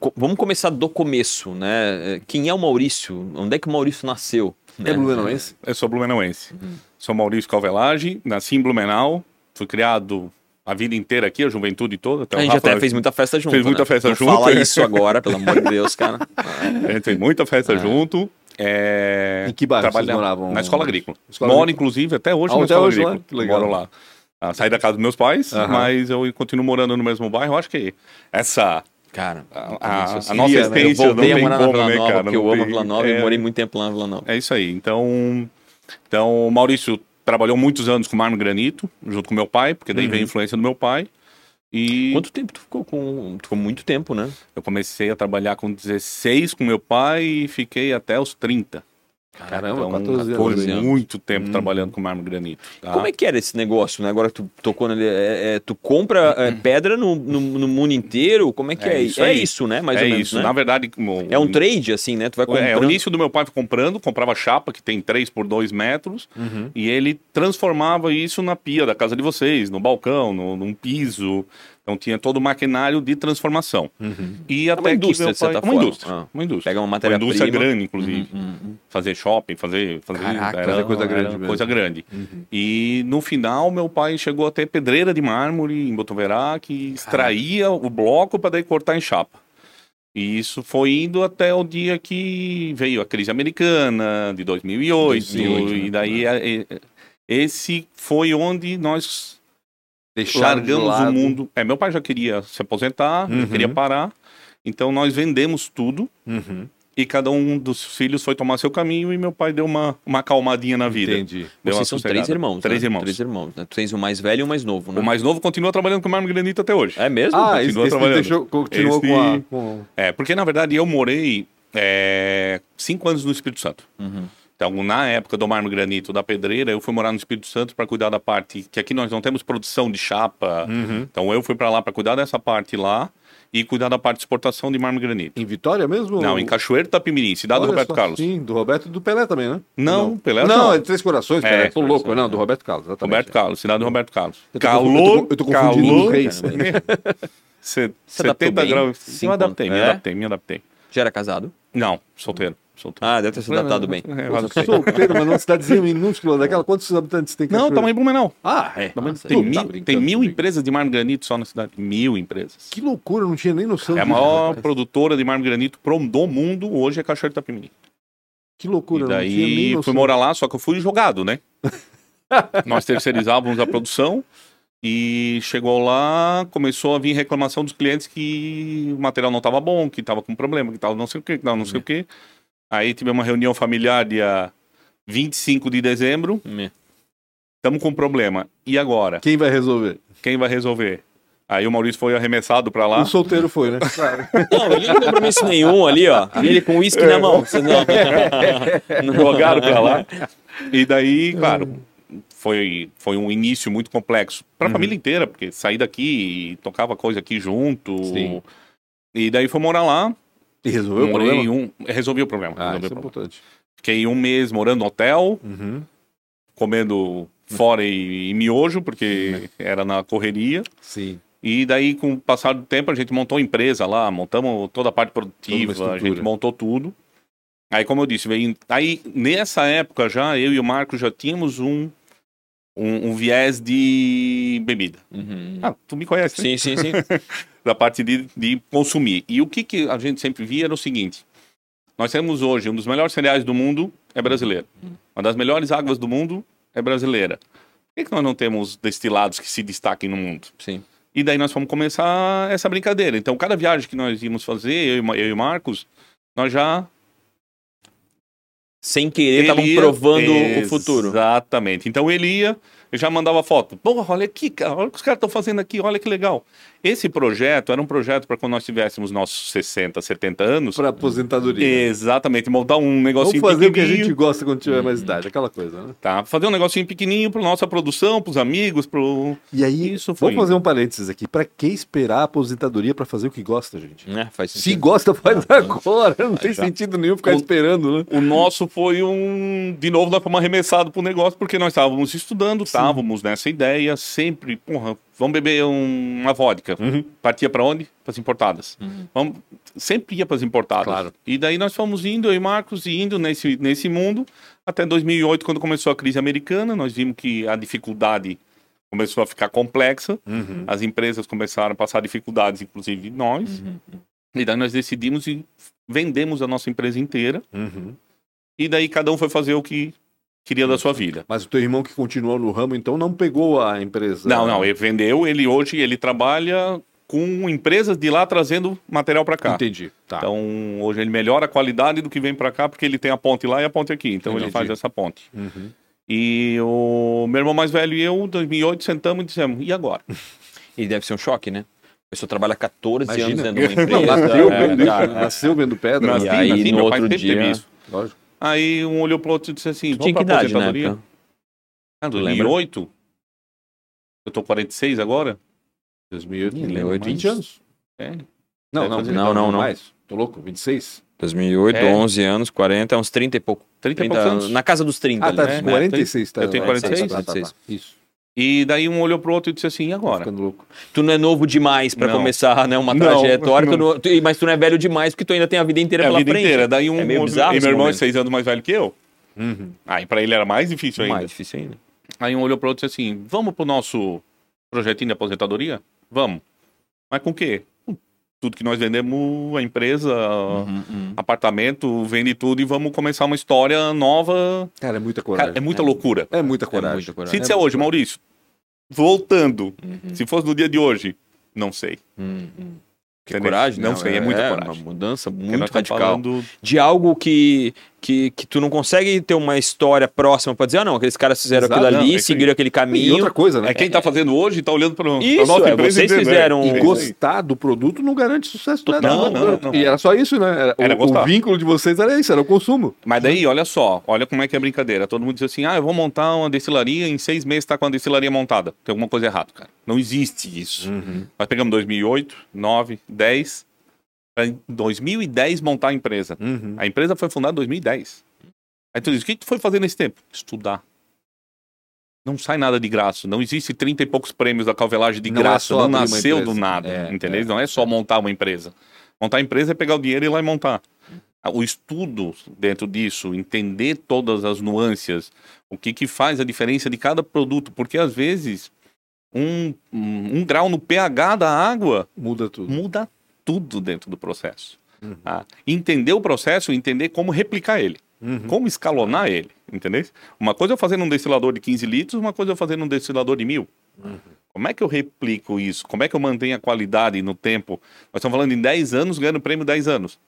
[SPEAKER 2] Co- Vamos começar do começo, né? É, Quem é o Maurício? Onde é que o Maurício nasceu?
[SPEAKER 1] É
[SPEAKER 2] né?
[SPEAKER 1] blumenauense?
[SPEAKER 3] Eu sou blumenauense. Sou Maurício Calvelage, nasci em Blumenau, fui criado a vida inteira aqui, a juventude toda. até É o
[SPEAKER 2] A gente
[SPEAKER 3] Rafa-
[SPEAKER 2] até fez muita festa junto.
[SPEAKER 3] fez muita
[SPEAKER 2] né?
[SPEAKER 3] festa
[SPEAKER 2] Não
[SPEAKER 3] junto.
[SPEAKER 2] Fala isso agora, pelo amor de Deus, cara.
[SPEAKER 3] A gente fez muita festa junto. É...
[SPEAKER 1] Em que bairro vocês
[SPEAKER 3] Trabalhava
[SPEAKER 1] moravam?
[SPEAKER 3] Na escola agrícola.
[SPEAKER 1] Escola
[SPEAKER 3] Moro, inclusive, até hoje
[SPEAKER 1] Ah,
[SPEAKER 3] na
[SPEAKER 1] até
[SPEAKER 3] escola
[SPEAKER 1] hoje lá?
[SPEAKER 3] agrícola.
[SPEAKER 1] Que legal.
[SPEAKER 3] Moro lá. Ah, saí da casa dos meus pais,
[SPEAKER 1] Aham.
[SPEAKER 3] mas eu continuo morando no mesmo bairro. Eu Acho que essa.
[SPEAKER 2] Cara, isso,
[SPEAKER 3] A- a-
[SPEAKER 2] assim,
[SPEAKER 3] a nossa
[SPEAKER 2] queria, né?
[SPEAKER 3] existência
[SPEAKER 2] Eu voltei
[SPEAKER 3] não
[SPEAKER 2] a
[SPEAKER 3] tem
[SPEAKER 2] morar na
[SPEAKER 3] como,
[SPEAKER 2] Vila
[SPEAKER 3] né,
[SPEAKER 2] Nova,
[SPEAKER 3] cara?
[SPEAKER 2] porque eu
[SPEAKER 3] Não
[SPEAKER 2] amo a
[SPEAKER 3] tem-
[SPEAKER 2] Vila Nova e
[SPEAKER 3] é.
[SPEAKER 2] morei muito tempo lá na Vila Nova.
[SPEAKER 3] É isso aí. Então, então o Maurício trabalhou muitos anos com mármore e granito, junto com meu pai, porque daí
[SPEAKER 1] Uhum.
[SPEAKER 3] veio a influência do meu pai. E
[SPEAKER 2] Quanto tempo tu ficou com. Tu ficou muito tempo, né?
[SPEAKER 3] eu comecei a trabalhar com 16 com meu pai e fiquei até os 30.
[SPEAKER 1] Caramba,
[SPEAKER 3] então,
[SPEAKER 1] 14 anos. Hum.
[SPEAKER 3] foi
[SPEAKER 1] aí.
[SPEAKER 3] muito tempo trabalhando com mármore e granito. tá?
[SPEAKER 2] Como é que era esse negócio, né? Agora que tu tocou nele. é- é, tu compra é, pedra no, no, no mundo inteiro? Como é que é,
[SPEAKER 3] Uhum. É
[SPEAKER 2] isso?
[SPEAKER 3] isso
[SPEAKER 2] É
[SPEAKER 3] aí.
[SPEAKER 2] isso, né? Mais
[SPEAKER 3] é
[SPEAKER 2] ou menos.
[SPEAKER 3] isso.
[SPEAKER 2] né?
[SPEAKER 3] Na verdade, como-
[SPEAKER 2] É um trade, assim, né? Tu vai comprando.
[SPEAKER 3] É, o início do meu pai foi comprando, comprava chapa que tem 3 por 2 metros,
[SPEAKER 2] Uhum.
[SPEAKER 3] e ele transformava isso na pia da casa de vocês, no balcão, no, num piso. Então tinha todo o maquinário de transformação. E até
[SPEAKER 2] Uhum. É indústria, de
[SPEAKER 3] que meu pai... é
[SPEAKER 2] certa
[SPEAKER 3] uma
[SPEAKER 2] forma.
[SPEAKER 3] indústria,
[SPEAKER 2] Ah.
[SPEAKER 3] uma indústria.
[SPEAKER 2] Pega uma
[SPEAKER 3] Uma indústria
[SPEAKER 2] matéria-prima. Uhum,
[SPEAKER 3] grande, inclusive. Fazer shopping, fazer, fazer,
[SPEAKER 1] Caraca, fazer coisa
[SPEAKER 3] era
[SPEAKER 1] grande mesmo.
[SPEAKER 3] coisa grande.
[SPEAKER 2] Uhum.
[SPEAKER 3] E no final, meu pai chegou a ter pedreira de mármore em Botuverá que extraía o bloco para daí cortar em chapa. E isso foi indo até o dia que veio a crise americana de 2008,
[SPEAKER 2] 2008, né?
[SPEAKER 3] e daí é, é, Esse foi onde nós
[SPEAKER 1] Deixaram de
[SPEAKER 3] largamos
[SPEAKER 1] lado.
[SPEAKER 3] o mundo. É, meu pai já queria se aposentar, ele
[SPEAKER 1] Uhum.
[SPEAKER 3] queria parar. Então nós vendemos tudo
[SPEAKER 1] Uhum,
[SPEAKER 3] e cada um dos filhos foi tomar seu caminho e meu pai deu uma, uma acalmadinha na vida.
[SPEAKER 1] entendi.
[SPEAKER 3] Deu uma
[SPEAKER 2] Vocês são três
[SPEAKER 3] sossegada.
[SPEAKER 2] irmãos.
[SPEAKER 3] Três
[SPEAKER 2] né?
[SPEAKER 3] irmãos.
[SPEAKER 2] Três irmãos. Né? Tu tens o mais velho e o mais novo, né?
[SPEAKER 3] O mais novo continua trabalhando com mármore granito até hoje.
[SPEAKER 2] É mesmo?
[SPEAKER 1] Ah, esse,
[SPEAKER 3] assim, Continua
[SPEAKER 1] esse
[SPEAKER 3] trabalhando.
[SPEAKER 1] deixou, continuou
[SPEAKER 3] Esse-
[SPEAKER 1] com a. com-
[SPEAKER 3] É, porque na verdade eu morei é, cinco anos no Espírito Santo.
[SPEAKER 1] Uhum.
[SPEAKER 3] Então, na época do mármore granito da pedreira, eu fui morar no Espírito Santo para cuidar da parte que aqui nós não temos produção de chapa.
[SPEAKER 1] Uhum.
[SPEAKER 3] Então, eu fui para lá para cuidar dessa parte lá e cuidar da parte de exportação de mármore granito.
[SPEAKER 1] Em Vitória mesmo?
[SPEAKER 3] Não, em Cachoeiro do Tapimirim, cidade
[SPEAKER 1] Olha
[SPEAKER 3] do Roberto
[SPEAKER 1] só,
[SPEAKER 3] Carlos.
[SPEAKER 1] Sim, do Roberto e do Pelé também, né?
[SPEAKER 3] Não, Pelé
[SPEAKER 1] Não,
[SPEAKER 3] não.
[SPEAKER 1] é de Três Corações,
[SPEAKER 3] É,
[SPEAKER 1] Pelé. tô
[SPEAKER 3] Três
[SPEAKER 1] louco,
[SPEAKER 3] Corações,
[SPEAKER 1] não, do Roberto Carlos, exatamente.
[SPEAKER 3] Roberto Carlos, cidade do Roberto Carlos.
[SPEAKER 1] Eu tô
[SPEAKER 3] Calor,
[SPEAKER 1] confu- eu tô confundindo os
[SPEAKER 3] calor.
[SPEAKER 1] reis.
[SPEAKER 3] se-
[SPEAKER 2] Se adaptou
[SPEAKER 3] 70
[SPEAKER 2] bem?
[SPEAKER 3] graus.
[SPEAKER 2] Se
[SPEAKER 3] eu adaptei, me
[SPEAKER 2] encont- é?
[SPEAKER 3] adaptei, me adaptei.
[SPEAKER 2] Já era casado?
[SPEAKER 3] Não, solteiro, solteiro.
[SPEAKER 2] Ah, deve ter se adaptado bem.
[SPEAKER 1] Pô,
[SPEAKER 3] É, eu adaptei.
[SPEAKER 1] Solteiro, mas numa cidadezinha minúscula daquela, quantos habitantes tem
[SPEAKER 3] Não,
[SPEAKER 1] Cachoeira?
[SPEAKER 3] tamanho Blumenau.
[SPEAKER 1] Ah, é.
[SPEAKER 3] Tamanho-
[SPEAKER 1] Nossa,
[SPEAKER 3] tem,
[SPEAKER 1] tu tá
[SPEAKER 3] mil,
[SPEAKER 1] brincando
[SPEAKER 3] tem mil
[SPEAKER 1] comigo.
[SPEAKER 3] empresas de mármore granito só na cidade. Mil empresas.
[SPEAKER 1] Que loucura, eu não tinha nem noção.
[SPEAKER 3] É a
[SPEAKER 1] disso,
[SPEAKER 3] maior
[SPEAKER 1] rapaz.
[SPEAKER 3] produtora de mármore granito pro- do mundo, hoje é Cachoeiro Itapimirim.
[SPEAKER 1] Que
[SPEAKER 3] E
[SPEAKER 1] loucura, eu não tinha nem
[SPEAKER 3] daí
[SPEAKER 1] noção.
[SPEAKER 3] fui morar lá, só que eu fui jogado, né? Nós terceirizávamos a produção e chegou lá, começou a vir reclamação dos clientes que o material não estava bom, que estava com problema, que estava não sei o que, que tava não
[SPEAKER 1] É.
[SPEAKER 3] sei o que. Aí tivemos uma reunião familiar dia 25 de dezembro, estamos com problema. E agora?
[SPEAKER 1] Quem vai resolver?
[SPEAKER 3] Quem vai resolver? Aí o Maurício foi arremessado para lá.
[SPEAKER 1] O solteiro foi, né?
[SPEAKER 2] Não, ele não tem compromisso nenhum ali, ó. E Ele com uísque na mão. Você não-
[SPEAKER 3] jogaram pra lá. E
[SPEAKER 1] É.
[SPEAKER 3] daí, claro, foi, foi um início muito complexo pra
[SPEAKER 1] Uhum.
[SPEAKER 3] família inteira, porque saí daqui e tocava coisa aqui junto.
[SPEAKER 1] Sim.
[SPEAKER 3] E daí fui morar lá.
[SPEAKER 1] E resolveu o
[SPEAKER 3] morei
[SPEAKER 1] problema?
[SPEAKER 3] um, resolvi o problema.
[SPEAKER 1] Ah,
[SPEAKER 3] resolvi
[SPEAKER 1] isso
[SPEAKER 3] o
[SPEAKER 1] é
[SPEAKER 3] problema.
[SPEAKER 1] importante.
[SPEAKER 3] Fiquei um mês morando no hotel,
[SPEAKER 1] Uhum.
[SPEAKER 3] comendo fora e, e miojo, porque era na correria.
[SPEAKER 1] Sim.
[SPEAKER 3] E daí, com o passar do tempo, a gente montou a empresa lá, montamos toda a parte
[SPEAKER 1] Toda uma
[SPEAKER 3] produtiva, a
[SPEAKER 1] estrutura.
[SPEAKER 3] gente montou tudo. Aí, como eu disse, veio... aí nessa época já, eu e o Marco já tínhamos um, um, um viés de bebida.
[SPEAKER 2] Uhum.
[SPEAKER 3] Ah, tu me conhece, né?
[SPEAKER 2] Sim, sim, sim.
[SPEAKER 3] da parte de, de consumir. E o que, que a gente sempre via era o seguinte: nós temos hoje um dos melhores cereais do mundo é brasileiro, uma das melhores águas do mundo é brasileira. Por que, que nós não temos destilados que se destaquem no mundo?
[SPEAKER 2] Sim.
[SPEAKER 3] E daí nós fomos começar essa brincadeira. Então, cada viagem que nós íamos fazer, eu e, Ma- eu e o Marcos, nós já.
[SPEAKER 2] Sem querer, estavam
[SPEAKER 3] ele ia-
[SPEAKER 2] provando o futuro.
[SPEAKER 3] Exatamente. Então ele ia, eu já mandava foto. Porra, olha aqui, cara, olha o que os caras estão fazendo aqui, olha que legal. Esse projeto era um projeto para quando nós tivéssemos nossos 60, 70 anos.
[SPEAKER 1] Pra aposentadoria.
[SPEAKER 3] Exatamente, montar um
[SPEAKER 1] Vamos
[SPEAKER 3] negocinho
[SPEAKER 1] fazer o que a
[SPEAKER 3] pequenininho, Uhum.
[SPEAKER 1] gente gosta quando tiver mais idade, aquela coisa, né?
[SPEAKER 3] tá? Fazer um negocinho pequenininho para nossa produção, para os amigos, para
[SPEAKER 1] E aí,
[SPEAKER 3] Isso foi.
[SPEAKER 1] vamos fazer um parênteses aqui. Pra que esperar a aposentadoria pra fazer o que gosta, gente?
[SPEAKER 2] Né? Faz
[SPEAKER 1] Se
[SPEAKER 2] sentido.
[SPEAKER 1] gosta,
[SPEAKER 3] Ah,
[SPEAKER 1] faz
[SPEAKER 3] tá.
[SPEAKER 1] agora. Não tem
[SPEAKER 3] já.
[SPEAKER 1] sentido nenhum ficar
[SPEAKER 3] Com-
[SPEAKER 1] esperando, né?
[SPEAKER 3] O nosso foi um. De novo, nós fomos arremessados pro negócio, porque nós estávamos estudando, estávamos nessa ideia, sempre. Porra, vamos beber um- uma vodka. Partia para onde? Para as importadas. Vamos, sempre ia para as importadas.
[SPEAKER 1] Claro.
[SPEAKER 3] E daí nós fomos indo, eu e Marcos, e indo nesse, nesse mundo, até 2008, quando começou a crise americana, nós vimos que a dificuldade começou a ficar complexa, as empresas começaram a passar dificuldades, inclusive nós. E daí nós decidimos e vendemos a nossa empresa inteira. uhum. E daí cada um foi fazer o que queria da sua vida.
[SPEAKER 1] Mas o teu irmão que continuou no ramo, então, não pegou a empresa.
[SPEAKER 3] Não, não, ele vendeu, ele hoje ele trabalha com empresas de lá trazendo material para é cá.
[SPEAKER 1] Entendi. Tá.
[SPEAKER 3] Então, hoje ele melhora a qualidade do que vem para cá, porque ele tem a ponte lá e a ponte aqui. Então, ele
[SPEAKER 1] Entendi.
[SPEAKER 3] faz essa ponte.
[SPEAKER 1] Uhum.
[SPEAKER 3] E o meu irmão mais velho e eu, em 2008, sentamos e dissemos, e agora?
[SPEAKER 2] E deve ser um choque, né? A pessoa trabalha 14 anos
[SPEAKER 1] Imagina.
[SPEAKER 2] dentro de
[SPEAKER 1] Não,
[SPEAKER 2] uma empresa.
[SPEAKER 3] né?
[SPEAKER 1] nasceu,
[SPEAKER 2] é,
[SPEAKER 1] vendo,
[SPEAKER 2] tá,
[SPEAKER 1] isso, nasceu vendo pedra.
[SPEAKER 2] Nasci,
[SPEAKER 1] né?
[SPEAKER 2] E aí,
[SPEAKER 3] nasci,
[SPEAKER 2] no
[SPEAKER 3] meu pai
[SPEAKER 2] outro
[SPEAKER 3] sempre teve
[SPEAKER 2] dia-
[SPEAKER 3] isso.
[SPEAKER 1] Lógico.
[SPEAKER 3] Aí um olhou pro outro e disse assim,
[SPEAKER 2] Tu tinha que
[SPEAKER 3] vamos pra
[SPEAKER 2] idade né, na
[SPEAKER 3] aposentadoria?
[SPEAKER 2] época?
[SPEAKER 3] Ah,
[SPEAKER 2] Tu lembra?
[SPEAKER 3] 2008? Eu tô 46 agora?
[SPEAKER 1] 2008,
[SPEAKER 2] Ih,
[SPEAKER 1] lembro,
[SPEAKER 2] lembro,
[SPEAKER 1] 20
[SPEAKER 2] isso.
[SPEAKER 1] anos.
[SPEAKER 3] É.
[SPEAKER 1] Não,
[SPEAKER 3] Deve
[SPEAKER 1] não,
[SPEAKER 3] fazer-
[SPEAKER 1] não,
[SPEAKER 2] Não,
[SPEAKER 1] não,
[SPEAKER 2] não, não.
[SPEAKER 1] mais. Tô louco, 26?
[SPEAKER 2] 2008,
[SPEAKER 3] É.
[SPEAKER 2] 11 anos, 40, uns 30 e pouco.
[SPEAKER 3] 30 e
[SPEAKER 2] 30
[SPEAKER 3] poucos anos.
[SPEAKER 2] Na casa dos 30.
[SPEAKER 1] Ah, tá,
[SPEAKER 2] ali,
[SPEAKER 3] né?
[SPEAKER 1] de
[SPEAKER 2] né?
[SPEAKER 1] 46, tá?
[SPEAKER 3] Eu tenho 46?
[SPEAKER 1] Tá, tá, tá, tá. Isso,
[SPEAKER 3] E daí um olhou pro outro e disse assim, e
[SPEAKER 1] tô
[SPEAKER 3] agora?
[SPEAKER 1] ficando louco.
[SPEAKER 2] Tu não é novo demais pra
[SPEAKER 3] Não.
[SPEAKER 2] começar né, uma
[SPEAKER 3] Não,
[SPEAKER 2] trajetória, tu não- tu- mas tu não é velho demais porque tu ainda tem a vida inteira
[SPEAKER 3] É a
[SPEAKER 2] pela
[SPEAKER 3] vida
[SPEAKER 2] frente.
[SPEAKER 3] inteira. Daí um
[SPEAKER 2] É meio
[SPEAKER 3] olhou-
[SPEAKER 2] bizarro
[SPEAKER 3] e
[SPEAKER 2] esse
[SPEAKER 3] meu irmão é
[SPEAKER 2] momento.
[SPEAKER 3] seis anos mais velho que eu. Aí pra ele era mais difícil ainda.
[SPEAKER 2] Mais difícil ainda.
[SPEAKER 3] Aí um olhou para outro e disse assim: Vamos pro nosso projetinho de aposentadoria? Vamos. Mas com o quê? tudo que nós vendemos, a empresa,
[SPEAKER 2] Uhum. É
[SPEAKER 3] apartamento, vende tudo e vamos começar uma história nova.
[SPEAKER 1] Cara, é muita coragem.
[SPEAKER 3] Cara, é muita loucura.
[SPEAKER 1] é muita
[SPEAKER 2] É
[SPEAKER 1] coragem.
[SPEAKER 2] muita coragem. Uhum.
[SPEAKER 3] Se disser hoje, Maurício, voltando, se fosse no dia de hoje, não sei.
[SPEAKER 2] Hum, hum. Que
[SPEAKER 3] Entendeu?
[SPEAKER 2] coragem,
[SPEAKER 3] Não sei, é muita coragem.
[SPEAKER 2] Uma mudança
[SPEAKER 3] Porque é nós
[SPEAKER 2] muito
[SPEAKER 3] estamos
[SPEAKER 2] radical.
[SPEAKER 3] falando
[SPEAKER 2] De algo que, que, que tu não consegue ter uma história próxima pra dizer, ah, não, aqueles caras fizeram
[SPEAKER 1] Exato,
[SPEAKER 2] aquilo
[SPEAKER 3] não,
[SPEAKER 2] ali,
[SPEAKER 3] é isso aí.
[SPEAKER 2] seguiram aquele
[SPEAKER 1] E
[SPEAKER 2] caminho.
[SPEAKER 1] outra coisa, né?
[SPEAKER 3] É quem tá fazendo hoje e tá olhando para
[SPEAKER 2] Isso, é, vocês fizeram
[SPEAKER 1] E
[SPEAKER 2] É,
[SPEAKER 1] gostar do produto não garante sucesso
[SPEAKER 3] Total,
[SPEAKER 1] nada.
[SPEAKER 3] não, não, não.
[SPEAKER 1] E era só isso, né? Era-
[SPEAKER 3] Era
[SPEAKER 1] o- o,
[SPEAKER 3] gostar.
[SPEAKER 1] vínculo de vocês era isso, era o consumo.
[SPEAKER 3] Mas daí, olha só, olha como é que é a brincadeira. Todo mundo diz assim, ah, eu vou montar uma destilaria, em seis meses tá com a destilaria montada. Tem alguma coisa errada, cara. Não existe isso. Nós pegamos 2008, 9, 10, pra em 2010 montar a empresa. A empresa foi fundada em 2010. Aí tu diz, o que que tu foi fazer nesse tempo? Estudar. Não sai nada de graça. Não existe 30 e poucos prêmios da calvelagem de
[SPEAKER 1] Não é
[SPEAKER 3] graça.
[SPEAKER 1] só
[SPEAKER 3] não
[SPEAKER 1] abrir uma
[SPEAKER 3] nasceu do
[SPEAKER 1] empresa.
[SPEAKER 3] nada,
[SPEAKER 1] É,
[SPEAKER 3] entendeu? Não é só montar uma empresa. Montar a empresa é pegar o dinheiro e ir lá e montar. Ah, O estudo dentro disso, entender todas as nuances, o que, que faz a diferença de cada produto, porque às vezes um, um um grau no pH da água
[SPEAKER 1] Muda tudo.
[SPEAKER 3] muda tudo dentro do processo.
[SPEAKER 1] Uhum.
[SPEAKER 3] tá? Entender o processo e entender como replicar ele,
[SPEAKER 1] Uhum.
[SPEAKER 3] como escalonar ele, entendeu? Uma coisa é eu fazer num destilador de 15 litros, uma coisa é eu fazer num destilador de mil.
[SPEAKER 1] Uhum.
[SPEAKER 3] Como é que eu replico isso? Como é que eu mantenho a qualidade no tempo? Nós estamos falando em 10 anos, ganhando prêmio 10 anos.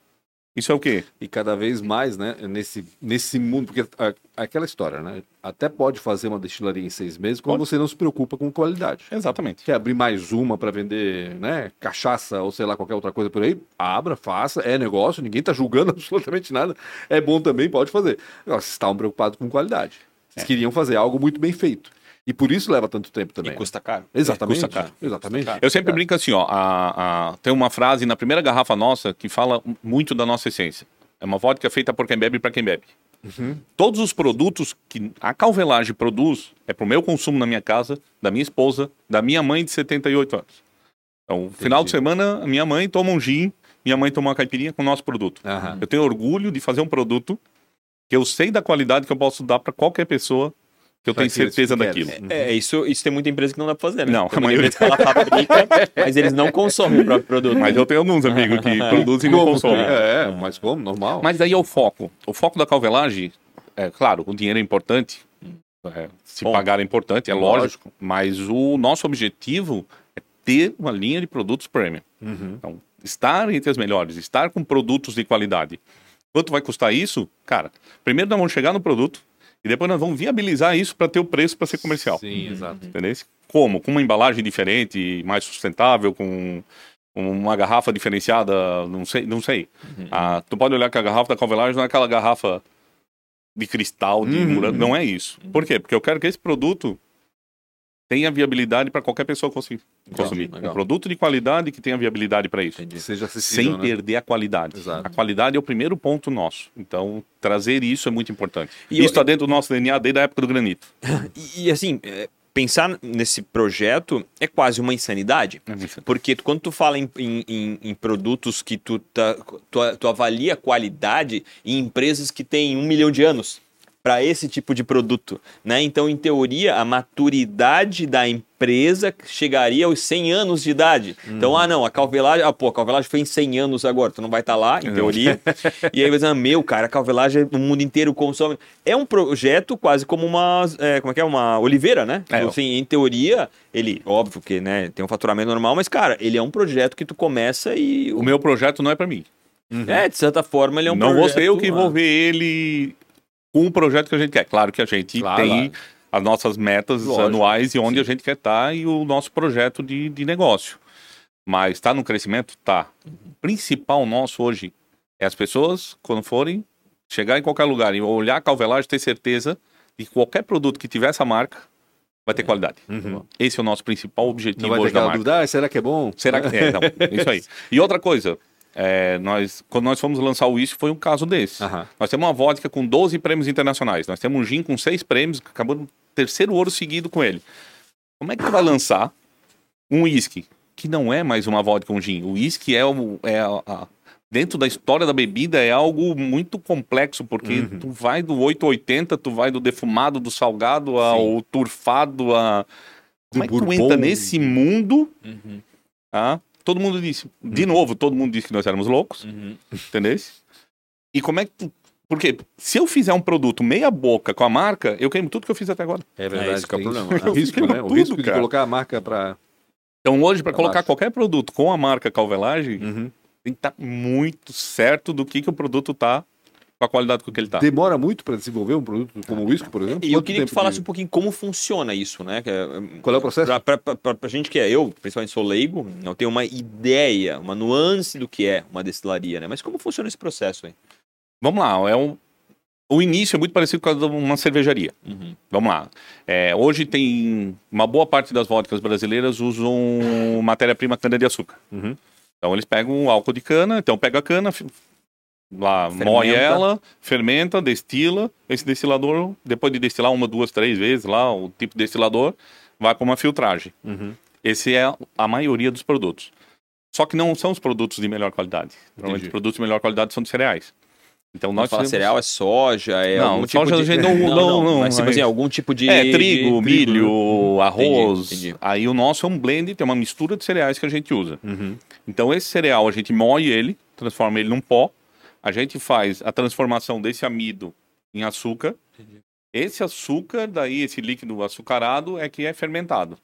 [SPEAKER 3] Isso é o quê?
[SPEAKER 1] E cada vez mais, né? Nesse, nesse mundo, porque a- aquela história, né? Até pode fazer uma destilaria em seis meses quando você não se preocupa com qualidade.
[SPEAKER 3] Exatamente.
[SPEAKER 1] Quer abrir mais uma para vender, né? Cachaça ou sei lá, qualquer outra coisa por aí? Abra, faça, é negócio, ninguém tá julgando absolutamente nada. É bom também, pode fazer. Agora, vocês estavam preocupados com qualidade.
[SPEAKER 3] É.
[SPEAKER 1] Vocês queriam fazer algo muito bem feito. E por isso leva tanto tempo também. né?
[SPEAKER 2] E custa caro.
[SPEAKER 1] Exatamente.
[SPEAKER 3] custa caro.
[SPEAKER 1] Exatamente.
[SPEAKER 3] Eu sempre brinco assim, ó. a- a- tem uma frase na primeira garrafa nossa que fala muito da nossa essência. É uma vodka feita por quem bebe e para quem bebe.
[SPEAKER 1] Uhum.
[SPEAKER 3] Todos os produtos que a Calvelage produz é para o meu consumo na minha casa, da minha esposa, da minha mãe de 78 anos. Então, no final de semana, minha mãe toma um gin, minha mãe toma uma caipirinha com o nosso produto.
[SPEAKER 1] É. Aham.
[SPEAKER 3] Eu tenho orgulho de fazer um produto que eu sei da qualidade que eu posso dar para qualquer pessoa que eu
[SPEAKER 1] Pra
[SPEAKER 3] tenho
[SPEAKER 1] aqueles que
[SPEAKER 3] certeza
[SPEAKER 1] querem.
[SPEAKER 3] daquilo.
[SPEAKER 2] É, isso, isso tem muita empresa que não dá pra fazer, né?
[SPEAKER 3] Uhum. Não,
[SPEAKER 2] tem
[SPEAKER 3] a
[SPEAKER 2] muita
[SPEAKER 3] maioria-
[SPEAKER 2] empresa que ela fabrica, mas eles não consomem o próprio produto.
[SPEAKER 3] Mas eu tenho alguns amigos que produzem e não
[SPEAKER 1] Como?
[SPEAKER 3] consomem.
[SPEAKER 1] É, é, mas como? Normal.
[SPEAKER 3] Uhum. Mas daí é o foco. O foco da calvelagem, é claro, o dinheiro é importante. é, se
[SPEAKER 2] Bom.
[SPEAKER 3] pagar é importante, é
[SPEAKER 1] Hum. Lógico.
[SPEAKER 3] lógico, Mas o nosso objetivo é ter uma linha de produtos premium.
[SPEAKER 1] Uhum.
[SPEAKER 3] Então, estar entre as melhores, estar com produtos de qualidade. Quanto vai custar isso? Cara, primeiro nós vamos chegar no produto e depois nós vamos viabilizar isso para ter o preço para ser comercial. Uhum.
[SPEAKER 1] Sim, exato.
[SPEAKER 3] Entendeu? Como? Com uma embalagem diferente, mais sustentável, com um, uma garrafa diferenciada, não sei, não sei.
[SPEAKER 2] Uhum.
[SPEAKER 3] Ah, tu pode olhar que a garrafa da Calvelage não é aquela garrafa de cristal, de
[SPEAKER 1] Uhum.
[SPEAKER 3] murano, não é isso. Por quê? Porque eu quero que esse produto tenha viabilidade para qualquer pessoa conseguir consumir.
[SPEAKER 2] legal.
[SPEAKER 3] Um produto de qualidade que tenha viabilidade para isso.
[SPEAKER 2] Entendi.
[SPEAKER 1] Seja
[SPEAKER 3] Sem
[SPEAKER 1] acessível, né?
[SPEAKER 3] perder a qualidade.
[SPEAKER 1] Exato.
[SPEAKER 3] A qualidade é o primeiro ponto nosso. Então, trazer isso é muito importante.
[SPEAKER 2] E
[SPEAKER 3] isso
[SPEAKER 2] eu-
[SPEAKER 3] está dentro do nosso DNA desde a época do granito.
[SPEAKER 2] E, e, assim, é, pensar nesse projeto é quase uma insanidade. Porque tu- quando tu fala em, em- em- em produtos que tu, tá- tu, tu avalia a qualidade em empresas que têm um milhão de anos para esse tipo de produto, né? Então, em teoria, a maturidade da empresa chegaria aos 100 anos de idade. Então, ah, não, a calvelagem... Ah, pô, a calvelagem foi em 100 anos agora, tu não vai estar lá, em teoria. e aí vai dizer, ah, meu, cara, a calvelagem no mundo inteiro consome... É um projeto quase como uma... é, como é que é? Uma oliveira, né?
[SPEAKER 3] É,
[SPEAKER 2] Assim, em teoria, ele, óbvio que né, tem um faturamento normal, mas, cara, ele é um projeto que tu começa e.
[SPEAKER 3] O meu projeto não é para mim.
[SPEAKER 2] É, de certa forma, ele é um
[SPEAKER 3] não
[SPEAKER 2] projeto.
[SPEAKER 3] vou ser eu que
[SPEAKER 2] ah,
[SPEAKER 1] né?
[SPEAKER 3] envolver ele com o projeto que a gente quer. Claro que a gente
[SPEAKER 1] Claro,
[SPEAKER 3] tem as nossas metas
[SPEAKER 1] Lógico,
[SPEAKER 3] anuais e onde a gente quer estar e o nosso projeto de, de negócio. Mas está no crescimento? Tá. O principal nosso hoje é as pessoas, quando forem, chegar em qualquer lugar e olhar a calvelagem, ter certeza de que qualquer produto que tiver essa marca vai ter qualidade.
[SPEAKER 1] Uhum.
[SPEAKER 3] Esse é o nosso principal objetivo
[SPEAKER 1] Não vai ter
[SPEAKER 3] hoje da
[SPEAKER 1] aquela
[SPEAKER 3] marca.
[SPEAKER 1] dúvida, ah, será que é bom?
[SPEAKER 3] Será que é? Não, isso aí. E outra coisa, é, nós, quando nós fomos lançar o Isso, foi um caso desse.
[SPEAKER 1] Aham. É
[SPEAKER 3] Nós temos uma vodka com 12 prêmios internacionais. Nós temos um gin com 6 prêmios, que acabou no terceiro ouro seguido com ele. Como é que tu vai lançar um uísque que não é mais uma vodka com gin? O uísque é, o- é a- a- dentro da história da bebida é algo muito complexo, porque
[SPEAKER 1] Uhum.
[SPEAKER 3] tu vai do 8 ao 80, tu vai do defumado, do salgado ao turfado, a... Como é que tu
[SPEAKER 1] bourbon.
[SPEAKER 3] entra nesse mundo...
[SPEAKER 2] uhum.
[SPEAKER 3] Tá? Todo mundo disse. De novo, todo mundo disse que nós éramos loucos,
[SPEAKER 2] Uhum.
[SPEAKER 3] entendeu? E como é que tu. Porque se eu fizer um produto meia boca com a marca, eu queimo tudo que eu fiz até agora.
[SPEAKER 1] É
[SPEAKER 2] verdade,
[SPEAKER 1] isso que é o
[SPEAKER 2] tem
[SPEAKER 1] problema.
[SPEAKER 3] isso.
[SPEAKER 1] né? O risco, né? O
[SPEAKER 3] Tudo,
[SPEAKER 1] risco de
[SPEAKER 3] cara.
[SPEAKER 1] colocar a marca pra.
[SPEAKER 3] Então hoje, para colocar
[SPEAKER 1] Abaixo.
[SPEAKER 3] qualquer produto com a marca Calvelagem,
[SPEAKER 1] Uhum.
[SPEAKER 3] tem que estar muito certo do que, que o produto tá, com a qualidade com que ele tá.
[SPEAKER 1] Demora muito pra desenvolver um produto como o whisky, por exemplo?
[SPEAKER 2] E eu
[SPEAKER 1] Quanto
[SPEAKER 2] queria que
[SPEAKER 1] tempo
[SPEAKER 2] falasse
[SPEAKER 1] de-
[SPEAKER 2] um pouquinho como funciona isso, né? Que é,
[SPEAKER 1] Qual é o processo?
[SPEAKER 2] Pra, pra, pra, pra- pra gente que é eu, principalmente sou leigo, eu tenho uma ideia, uma nuance do que é uma destilaria, né? Mas como funciona esse processo aí?
[SPEAKER 3] Vamos lá, é um... o início é muito parecido com a de uma cervejaria.
[SPEAKER 2] Uhum.
[SPEAKER 3] Vamos lá. É, hoje tem uma boa parte das vodkas brasileiras usam matéria-prima cana-de-açúcar.
[SPEAKER 1] Uhum.
[SPEAKER 3] Então eles pegam o álcool de cana, então pega a cana, fi- lá,
[SPEAKER 2] Fermenta.
[SPEAKER 3] moe ela, fermenta, destila. Esse destilador, depois de destilar uma, duas, três vezes lá, o tipo de destilador, vai para uma filtragem.
[SPEAKER 1] Uhum.
[SPEAKER 3] Esse é a maioria dos produtos. Só que não são os produtos de melhor qualidade. Normalmente
[SPEAKER 1] Entendi.
[SPEAKER 3] os produtos de melhor qualidade são de cereais. Então
[SPEAKER 2] Nós
[SPEAKER 3] nós
[SPEAKER 2] falar
[SPEAKER 3] temos-
[SPEAKER 2] cereal, é soja, é
[SPEAKER 3] Não,
[SPEAKER 2] algum
[SPEAKER 3] soja
[SPEAKER 2] tipo
[SPEAKER 3] a
[SPEAKER 2] de...
[SPEAKER 3] gente não- não, não,
[SPEAKER 2] mas, tipo
[SPEAKER 3] mas-
[SPEAKER 2] assim, algum tipo de...
[SPEAKER 3] É, trigo,
[SPEAKER 2] de-
[SPEAKER 3] milho, arroz.
[SPEAKER 2] Uhum. entendi.
[SPEAKER 3] Aí o nosso é um blend, tem uma mistura de cereais que a gente usa.
[SPEAKER 1] Uhum.
[SPEAKER 3] Então esse cereal a gente moe ele, transforma ele num pó. A gente faz a transformação desse amido em açúcar. Esse açúcar, daí esse líquido açucarado é que é fermentado.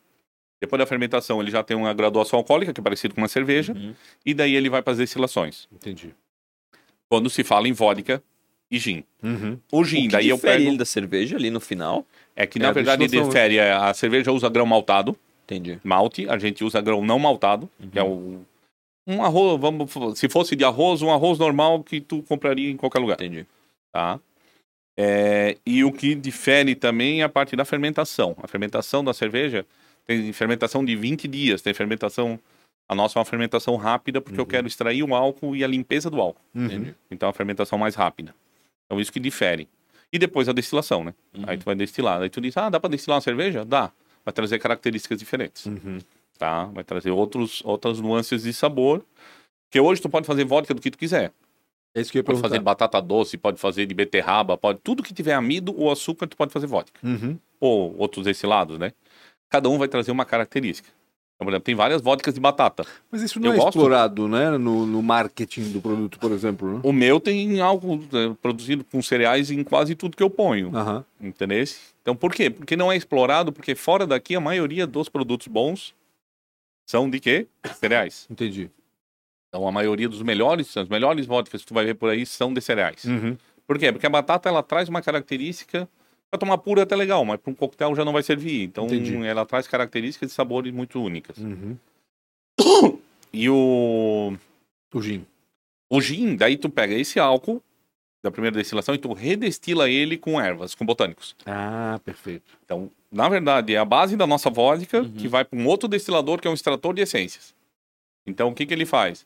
[SPEAKER 3] Depois da fermentação ele já tem uma graduação alcoólica que é parecido com uma cerveja
[SPEAKER 2] Uhum.
[SPEAKER 3] e daí ele vai para as destilações.
[SPEAKER 1] Entendi.
[SPEAKER 3] Quando se fala em vodka e gin.
[SPEAKER 1] Uhum.
[SPEAKER 3] O
[SPEAKER 2] O
[SPEAKER 3] gin,
[SPEAKER 2] que
[SPEAKER 3] daí eu
[SPEAKER 2] difere
[SPEAKER 3] pego
[SPEAKER 2] ele da cerveja ali no final?
[SPEAKER 3] é que
[SPEAKER 1] É
[SPEAKER 3] na
[SPEAKER 1] a
[SPEAKER 3] verdade
[SPEAKER 1] destilação, né?
[SPEAKER 3] difere é, a cerveja usa grão maltado.
[SPEAKER 2] Entendi.
[SPEAKER 3] malte, a gente usa grão não maltado, que é o
[SPEAKER 1] Uhum.
[SPEAKER 3] um arroz, vamos, se fosse de arroz, um arroz normal que tu compraria em qualquer lugar,
[SPEAKER 2] Entendi.
[SPEAKER 3] tá? É, e o que difere também é a parte da fermentação. A fermentação da cerveja tem fermentação de 20 dias, tem fermentação a nossa é uma fermentação rápida porque eu quero extrair o álcool e a limpeza do álcool.
[SPEAKER 1] Uhum.
[SPEAKER 2] Entendi.
[SPEAKER 3] Então é a fermentação mais rápida. Então isso que difere. E depois a destilação, né? Aí tu vai destilar. Aí tu diz: "Ah, dá para destilar uma cerveja?" Dá. Vai trazer características diferentes
[SPEAKER 1] Uhum.
[SPEAKER 3] tá? Vai trazer outros, outras nuances de sabor. Porque hoje tu pode fazer vodka do que tu quiser.
[SPEAKER 1] É isso que eu ia
[SPEAKER 3] Pode fazer de
[SPEAKER 1] perguntar.
[SPEAKER 3] batata doce, pode fazer de beterraba, pode... Tudo que tiver amido ou açúcar, tu pode fazer vodka.
[SPEAKER 1] Uhum.
[SPEAKER 3] Ou outros destilados, né? Cada um vai trazer uma característica. Então, por exemplo, tem várias vodkas de batata.
[SPEAKER 1] Mas isso não
[SPEAKER 3] Eu
[SPEAKER 1] é
[SPEAKER 3] gosto.
[SPEAKER 1] explorado, né? No, no marketing do produto, por exemplo. Né?
[SPEAKER 3] O meu tem algo eh, produzido com cereais em quase tudo que eu ponho.
[SPEAKER 1] Aham.
[SPEAKER 3] Entendeu? Então, por quê? Porque não é explorado, porque fora daqui a maioria dos produtos bons são de quê? Cereais.
[SPEAKER 1] Entendi.
[SPEAKER 3] Então a maioria dos melhores, as melhores vodkas que tu vai ver por aí são de cereais.
[SPEAKER 1] Uhum.
[SPEAKER 3] Por quê? Porque a batata ela traz uma característica para tomar pura é até legal, mas para um coquetel já não vai servir. Então
[SPEAKER 1] Entendi.
[SPEAKER 3] ela traz características e sabores muito únicas.
[SPEAKER 1] Uhum.
[SPEAKER 3] E o
[SPEAKER 1] O gin.
[SPEAKER 3] o gin, daí tu pega esse álcool da primeira destilação e tu redestila ele com ervas, com botânicos.
[SPEAKER 1] Ah, perfeito.
[SPEAKER 3] Então, na verdade, é a base da nossa vodka
[SPEAKER 2] Uhum.
[SPEAKER 3] que vai para um outro destilador que é um extrator de essências. Então, o que, que ele faz?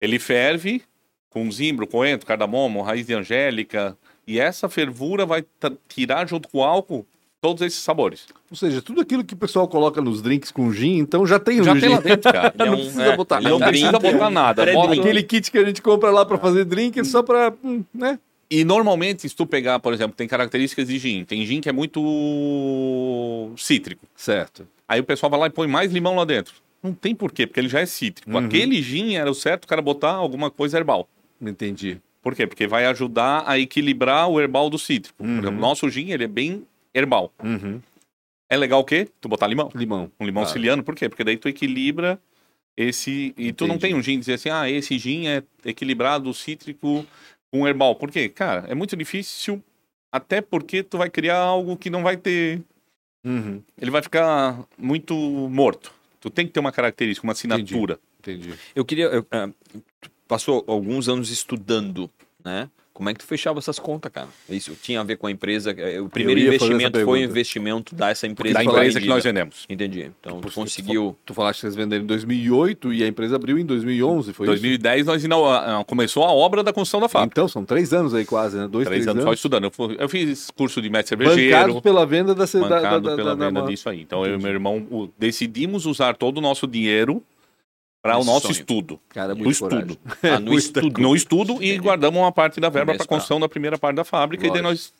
[SPEAKER 3] Ele ferve com zimbro, coentro, cardamomo, raiz de angélica e essa fervura vai ta- tirar junto com o álcool todos esses sabores.
[SPEAKER 1] Ou seja, tudo aquilo que o pessoal coloca nos drinks com gin, então já tem
[SPEAKER 3] Já
[SPEAKER 1] no
[SPEAKER 3] tem
[SPEAKER 1] gin.
[SPEAKER 3] lá dentro, cara.
[SPEAKER 2] Ele é
[SPEAKER 1] Não
[SPEAKER 2] um-
[SPEAKER 1] precisa
[SPEAKER 2] é,
[SPEAKER 1] botar
[SPEAKER 2] ele é um
[SPEAKER 1] nada.
[SPEAKER 3] Não precisa
[SPEAKER 2] drink,
[SPEAKER 3] botar
[SPEAKER 2] um
[SPEAKER 3] nada,
[SPEAKER 2] pré-drink.
[SPEAKER 3] bota-
[SPEAKER 1] Aquele kit que a gente compra lá pra fazer drink é só pra, hum, né?
[SPEAKER 3] E normalmente, se tu pegar, por exemplo, tem características de gin. Tem gin que é muito cítrico.
[SPEAKER 1] Certo.
[SPEAKER 3] Aí o pessoal vai lá e põe mais limão lá dentro. Não tem porquê, porque ele já é cítrico.
[SPEAKER 1] Uhum.
[SPEAKER 3] Aquele gin era o certo o cara botar alguma coisa herbal.
[SPEAKER 1] Entendi.
[SPEAKER 3] Por quê? Porque vai ajudar a equilibrar o herbal do cítrico.
[SPEAKER 1] Uhum.
[SPEAKER 3] Por exemplo, nosso gin, ele é bem herbal.
[SPEAKER 1] Uhum.
[SPEAKER 3] É legal o quê? Tu botar limão.
[SPEAKER 1] Limão.
[SPEAKER 3] Um limão
[SPEAKER 1] Claro.
[SPEAKER 3] siciliano, por quê? Porque daí tu equilibra esse... E tu não
[SPEAKER 1] Entendi.
[SPEAKER 3] tem um gin dizer assim, ah, esse gin é equilibrado cítrico com herbal. Por quê? Cara, é muito difícil, até porque tu vai criar algo que não vai ter...
[SPEAKER 1] Uhum.
[SPEAKER 3] Ele vai ficar muito morto. Tu tem que ter uma característica, uma assinatura.
[SPEAKER 1] Entendi.
[SPEAKER 2] Eu queria... eu, ah, tu passou alguns anos estudando, né? Como é que tu fechava essas contas, cara? Isso tinha a ver com a empresa... eh, O primeiro
[SPEAKER 1] ia fazer essa
[SPEAKER 2] investimento foi o
[SPEAKER 1] pergunta.
[SPEAKER 2] investimento dessa empresa.
[SPEAKER 3] Da
[SPEAKER 2] que foi
[SPEAKER 3] empresa que
[SPEAKER 2] vendida.
[SPEAKER 3] nós vendemos.
[SPEAKER 2] Entendi. Então, tu
[SPEAKER 1] Porque tu
[SPEAKER 2] conseguiu...
[SPEAKER 1] Tu falaste que vocês venderam em 2008 e a empresa abriu em 2011,
[SPEAKER 3] Em
[SPEAKER 1] foi isso?
[SPEAKER 3] 2010, nós inau- ah, começou a obra da construção da fábrica.
[SPEAKER 1] Então, são três anos aí quase, né? Dois,
[SPEAKER 3] Três anos só estudando. Eu, fui- eu fiz curso de mestre
[SPEAKER 1] Bancados
[SPEAKER 3] cervejeiro,
[SPEAKER 1] pela venda da cidade.
[SPEAKER 3] bancado
[SPEAKER 1] Da, da,
[SPEAKER 3] pela
[SPEAKER 1] da,
[SPEAKER 3] venda
[SPEAKER 1] da-
[SPEAKER 3] disso aí. Então eu e
[SPEAKER 1] Entendi.
[SPEAKER 3] meu irmão o- decidimos usar todo o nosso dinheiro para o
[SPEAKER 2] Esse
[SPEAKER 3] nosso
[SPEAKER 2] sonho.
[SPEAKER 3] estudo.
[SPEAKER 1] Cara,
[SPEAKER 3] No
[SPEAKER 1] muito coragem. É,
[SPEAKER 3] estudo.
[SPEAKER 2] Ah, no estudo.
[SPEAKER 3] No estudo e
[SPEAKER 2] Entendi.
[SPEAKER 3] guardamos uma parte da verba para
[SPEAKER 2] Começo
[SPEAKER 3] a construção da primeira parte da fábrica. E daí nós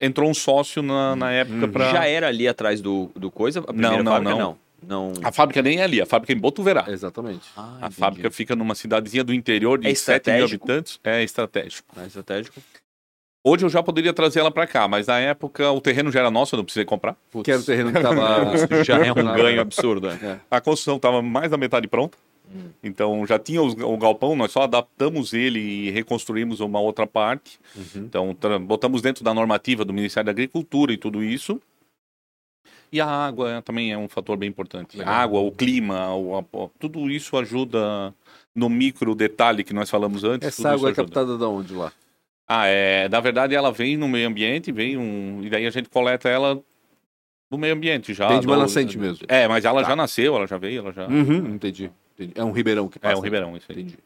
[SPEAKER 3] entrou um sócio na, na época
[SPEAKER 1] Hum.
[SPEAKER 3] para.
[SPEAKER 2] é. Já era ali atrás do, do coisa? A primeira
[SPEAKER 3] não,
[SPEAKER 2] fábrica,
[SPEAKER 3] não.
[SPEAKER 2] não. Não.
[SPEAKER 3] A fábrica nem é ali, a fábrica é em Botuverá.
[SPEAKER 1] Exatamente.
[SPEAKER 2] Ah,
[SPEAKER 3] a
[SPEAKER 2] entendi.
[SPEAKER 3] fábrica fica numa cidadezinha do interior de
[SPEAKER 2] É
[SPEAKER 3] 7 mil
[SPEAKER 2] estratégico?
[SPEAKER 3] habitantes. É estratégico.
[SPEAKER 2] Ah, estratégico.
[SPEAKER 3] Hoje eu já poderia trazer ela pra cá, mas na época o terreno já era nosso, eu não precisei comprar.
[SPEAKER 1] Que era o terreno que tava.
[SPEAKER 2] Já é um ganho absurdo. né?
[SPEAKER 3] A construção estava mais da metade pronta.
[SPEAKER 2] Hum.
[SPEAKER 3] Então já tinha os- o galpão, nós só adaptamos ele e reconstruímos uma outra parte.
[SPEAKER 2] Uhum.
[SPEAKER 3] Então tra- botamos dentro da normativa do Ministério da Agricultura e tudo isso. E a água é- também é um fator bem importante. A
[SPEAKER 2] Legal.
[SPEAKER 3] água, o clima, o, a- tudo isso ajuda no micro detalhe que nós falamos antes. tudo
[SPEAKER 1] Essa água é
[SPEAKER 3] isso ajuda.
[SPEAKER 1] captada da onde lá?
[SPEAKER 3] Ah, é. Na verdade, ela vem no meio ambiente, vem um. E daí a gente coleta ela do meio ambiente já.
[SPEAKER 1] Vem de uma
[SPEAKER 3] do-
[SPEAKER 1] nascente mesmo.
[SPEAKER 3] É, mas ela
[SPEAKER 1] Tá.
[SPEAKER 3] já nasceu, ela já veio, ela já.
[SPEAKER 1] Uhum, entendi. entendi. É um ribeirão que passa.
[SPEAKER 3] Tá. É um ribeirão, isso aí.
[SPEAKER 1] Entendi.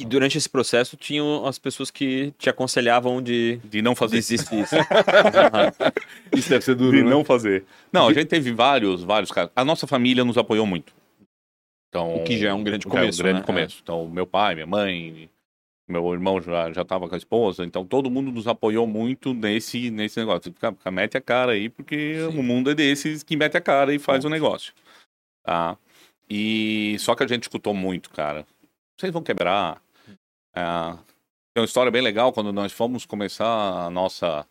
[SPEAKER 2] E durante esse processo tinham as pessoas que te aconselhavam de
[SPEAKER 3] De não fazer.
[SPEAKER 2] desistir.
[SPEAKER 1] Isso deve ser duro.
[SPEAKER 3] De não fazer. Não, a gente teve vários, vários caras. A nossa família nos apoiou muito. Então,
[SPEAKER 2] O que já é um grande
[SPEAKER 3] já é um
[SPEAKER 2] começo,
[SPEAKER 3] grande
[SPEAKER 2] né?
[SPEAKER 3] começo. Então, meu pai, minha mãe, meu irmão já já estava com a esposa. Então, todo mundo nos apoiou muito nesse nesse negócio. Fica, fica- mete a cara aí, porque
[SPEAKER 2] Sim.
[SPEAKER 3] o mundo é desses que mete a cara e faz o negócio. Tá? E só que a gente escutou muito, cara. Vocês vão quebrar. Ah, tem uma história bem legal quando nós fomos começar a nossa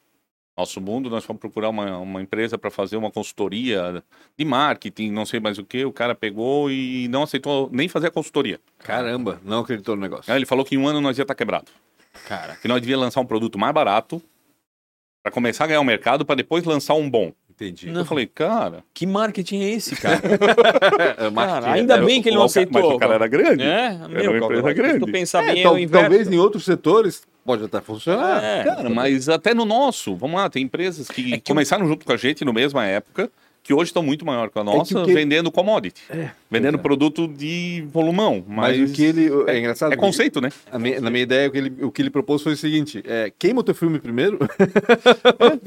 [SPEAKER 3] nosso mundo, nós fomos procurar uma, uma empresa para fazer uma consultoria de marketing, não sei mais o que. O cara pegou e não aceitou nem fazer a consultoria.
[SPEAKER 1] Caramba, não acreditou no negócio.
[SPEAKER 3] Aí ele falou que em um ano nós ia estar quebrado.
[SPEAKER 2] Cara.
[SPEAKER 3] Que nós devia lançar um produto mais barato para começar a ganhar o mercado, para depois lançar um bom.
[SPEAKER 1] Entendi.
[SPEAKER 2] Não.
[SPEAKER 3] Eu falei, cara.
[SPEAKER 2] Que marketing é esse, cara?
[SPEAKER 1] É, marketing.
[SPEAKER 2] Cara, ainda
[SPEAKER 1] É,
[SPEAKER 2] bem que ele não
[SPEAKER 3] o ca-
[SPEAKER 2] aceitou.
[SPEAKER 3] Mas o cara era grande.
[SPEAKER 2] É, meu,
[SPEAKER 3] uma empresa
[SPEAKER 2] Caldeirão, Se tu
[SPEAKER 3] grande.
[SPEAKER 2] pensar
[SPEAKER 1] é,
[SPEAKER 2] bem, é
[SPEAKER 1] tal-
[SPEAKER 2] o inverso.
[SPEAKER 1] talvez em outros setores pode até funcionar.
[SPEAKER 2] É.
[SPEAKER 3] Cara, mas até no nosso, vamos lá, tem empresas que,
[SPEAKER 2] É que o-
[SPEAKER 3] começaram junto com a gente na mesma época, que hoje estão muito maior que a nossa,
[SPEAKER 1] o que-
[SPEAKER 3] vendendo commodity. vendendo
[SPEAKER 1] é.
[SPEAKER 3] produto de volumão. Mas,
[SPEAKER 1] Mas, o que ele. É, engraçado.
[SPEAKER 3] É conceito, né?
[SPEAKER 1] a minha- na minha ideia, o que, ele, o que ele propôs foi o seguinte: é, queima o teu filme primeiro, pra
[SPEAKER 2] É isso que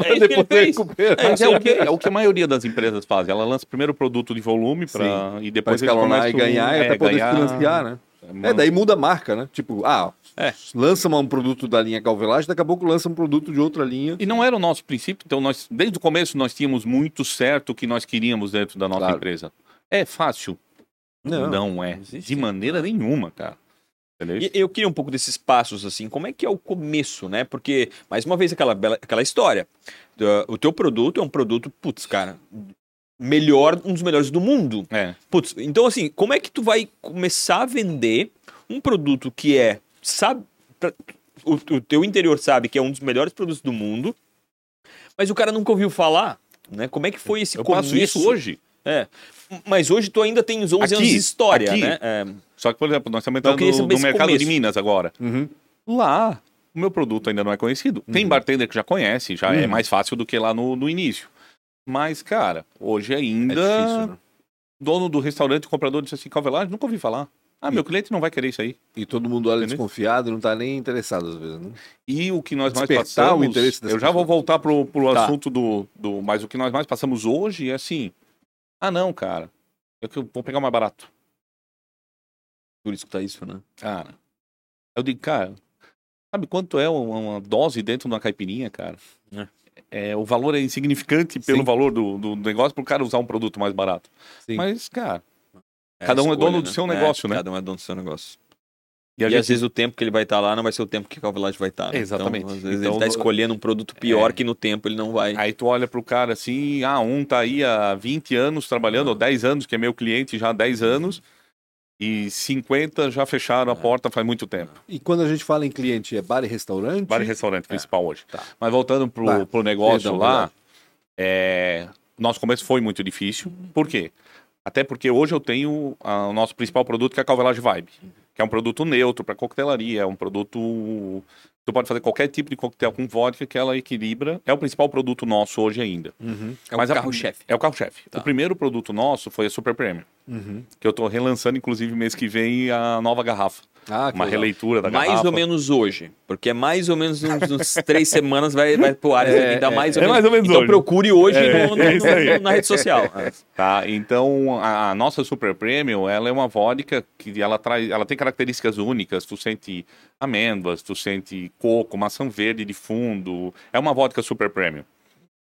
[SPEAKER 2] ele
[SPEAKER 1] depois
[SPEAKER 2] fez.
[SPEAKER 1] recupera.
[SPEAKER 2] É,
[SPEAKER 3] Mas
[SPEAKER 2] isso
[SPEAKER 3] é
[SPEAKER 2] aí.
[SPEAKER 3] o, que, é o que a maioria das empresas faz. Ela lança primeiro o produto de volume pra,
[SPEAKER 1] Pra
[SPEAKER 3] e depois eles
[SPEAKER 1] escalonar e
[SPEAKER 3] começam-
[SPEAKER 1] ganhar,
[SPEAKER 3] é,
[SPEAKER 1] até poder
[SPEAKER 3] ganhar- um
[SPEAKER 1] financiar, né? É, daí muda a marca, né? Tipo, ah,
[SPEAKER 2] É.
[SPEAKER 1] lança um produto da linha Calvelage, daqui a pouco lança um produto de outra linha.
[SPEAKER 3] E não era o nosso princípio, então nós, desde o começo, nós tínhamos muito certo o que nós queríamos dentro da nossa
[SPEAKER 1] Claro.
[SPEAKER 3] empresa. É fácil?
[SPEAKER 1] Não.
[SPEAKER 3] é.
[SPEAKER 2] Não existe.
[SPEAKER 3] de maneira nenhuma, cara. Entendeu?
[SPEAKER 2] E eu queria um pouco desses passos, assim, como é que é o começo, né? Porque, mais uma vez, aquela, bela- aquela história. da- o teu produto é um produto, putz, cara, melhor, um dos melhores do mundo.
[SPEAKER 3] É.
[SPEAKER 2] Putz, então assim, como é que tu vai começar a vender um produto que é, sabe, pra- o, o teu interior sabe que é um dos melhores produtos do mundo, mas o cara nunca ouviu falar, né? Como é que foi esse
[SPEAKER 3] Eu
[SPEAKER 2] começo?
[SPEAKER 3] faço isso hoje.
[SPEAKER 2] É. Mas hoje tu ainda tem os 11 anos
[SPEAKER 3] Aqui,
[SPEAKER 2] de história,
[SPEAKER 3] aqui.
[SPEAKER 2] né? É,
[SPEAKER 3] Só que, por exemplo, nós estamos
[SPEAKER 2] Não, eu
[SPEAKER 3] entrando
[SPEAKER 2] queria saber
[SPEAKER 3] no
[SPEAKER 2] esse
[SPEAKER 3] mercado
[SPEAKER 2] começo.
[SPEAKER 3] de Minas agora.
[SPEAKER 1] Uhum.
[SPEAKER 3] Lá, o meu produto ainda não é conhecido. Tem bartender que já conhece, já é
[SPEAKER 1] Uhum.
[SPEAKER 3] mais fácil do que lá no, no início. Mas, cara, hoje
[SPEAKER 1] É
[SPEAKER 3] ainda,
[SPEAKER 1] difícil, né?
[SPEAKER 3] dono do restaurante, comprador, disse assim, Calvelage, nunca ouvi falar. Ah, meu cliente não vai querer isso aí.
[SPEAKER 1] E todo mundo olha
[SPEAKER 3] Entendeu?
[SPEAKER 1] desconfiado e não tá nem interessado às vezes, né?
[SPEAKER 3] E o que nós mais
[SPEAKER 1] Despertar
[SPEAKER 3] passamos...
[SPEAKER 1] o interesse das
[SPEAKER 3] eu já vou
[SPEAKER 1] pessoas.
[SPEAKER 3] voltar pro, pro
[SPEAKER 2] Tá.
[SPEAKER 3] assunto do, do... Mas o que nós mais passamos hoje é assim... Ah, não, cara. Eu que- vou pegar o mais barato.
[SPEAKER 2] por
[SPEAKER 1] tá
[SPEAKER 2] escutar isso, né?
[SPEAKER 3] Cara, eu digo, cara, sabe quanto é uma, uma dose dentro de uma caipirinha, cara? É, o valor é insignificante pelo
[SPEAKER 1] Sim.
[SPEAKER 3] valor do, do negócio pro cara usar um produto mais barato.
[SPEAKER 1] Sim.
[SPEAKER 3] Mas, cara,
[SPEAKER 2] a
[SPEAKER 3] Cada um é dono do
[SPEAKER 2] né?
[SPEAKER 3] seu negócio, né?
[SPEAKER 2] Cada um é dono do seu negócio.
[SPEAKER 3] e
[SPEAKER 2] E,
[SPEAKER 3] a gente-
[SPEAKER 2] às vezes o tempo que ele vai estar lá não vai ser o tempo que o Calvilage vai estar. né?
[SPEAKER 3] Exatamente.
[SPEAKER 2] Então, às vezes
[SPEAKER 3] Então,
[SPEAKER 2] ele está
[SPEAKER 3] no-
[SPEAKER 2] escolhendo um produto pior
[SPEAKER 3] É.
[SPEAKER 2] que no tempo ele não vai.
[SPEAKER 3] aí tu olha pro cara assim, ah, um tá aí há 20 anos trabalhando, ou 10 anos, que é meu cliente já há 10 anos, e 50 já fecharam a porta faz muito tempo.
[SPEAKER 1] E quando a gente fala em cliente, é bar e restaurante?
[SPEAKER 3] Bar e restaurante principal hoje.
[SPEAKER 1] Tá.
[SPEAKER 3] Mas voltando pro,
[SPEAKER 1] Tá.
[SPEAKER 3] pro negócio
[SPEAKER 1] Perdão,
[SPEAKER 3] lá,
[SPEAKER 1] verdade.
[SPEAKER 3] é, nosso começo foi muito difícil. Por quê? Até porque hoje eu tenho ah, o nosso principal produto, que é a Calvelage Vibe, que é um produto neutro para coquetelaria, é um produto... Tu pode fazer qualquer tipo de coquetel com vodka que ela equilibra. É o principal produto nosso hoje ainda.
[SPEAKER 1] Uhum,
[SPEAKER 2] É
[SPEAKER 3] Mas
[SPEAKER 2] o
[SPEAKER 3] a-
[SPEAKER 2] carro-chefe.
[SPEAKER 3] É o carro-chefe.
[SPEAKER 2] Tá.
[SPEAKER 3] O primeiro produto nosso foi a Super Premium,
[SPEAKER 1] uhum.
[SPEAKER 3] que eu tô relançando, inclusive, mês que vem, a nova garrafa.
[SPEAKER 1] Ah, que
[SPEAKER 3] Uma
[SPEAKER 1] legal.
[SPEAKER 3] releitura da
[SPEAKER 2] Mais
[SPEAKER 3] garrafa.
[SPEAKER 2] ou menos hoje. Porque é mais ou menos uns, uns três semanas vai, vai pro ar.
[SPEAKER 1] É,
[SPEAKER 2] É, dá mais, ou
[SPEAKER 3] é
[SPEAKER 2] menos.
[SPEAKER 3] mais ou menos
[SPEAKER 2] Então
[SPEAKER 3] hoje.
[SPEAKER 2] procure hoje
[SPEAKER 3] É,
[SPEAKER 2] no- no-
[SPEAKER 3] é isso
[SPEAKER 2] no-
[SPEAKER 3] aí.
[SPEAKER 2] na rede social. É.
[SPEAKER 3] Tá, então a, a nossa Super Premium, ela é uma vodka que ela traz, ela tem características únicas, tu sente amêndoas, tu sente coco, maçã verde de fundo. É uma vodka Super Premium.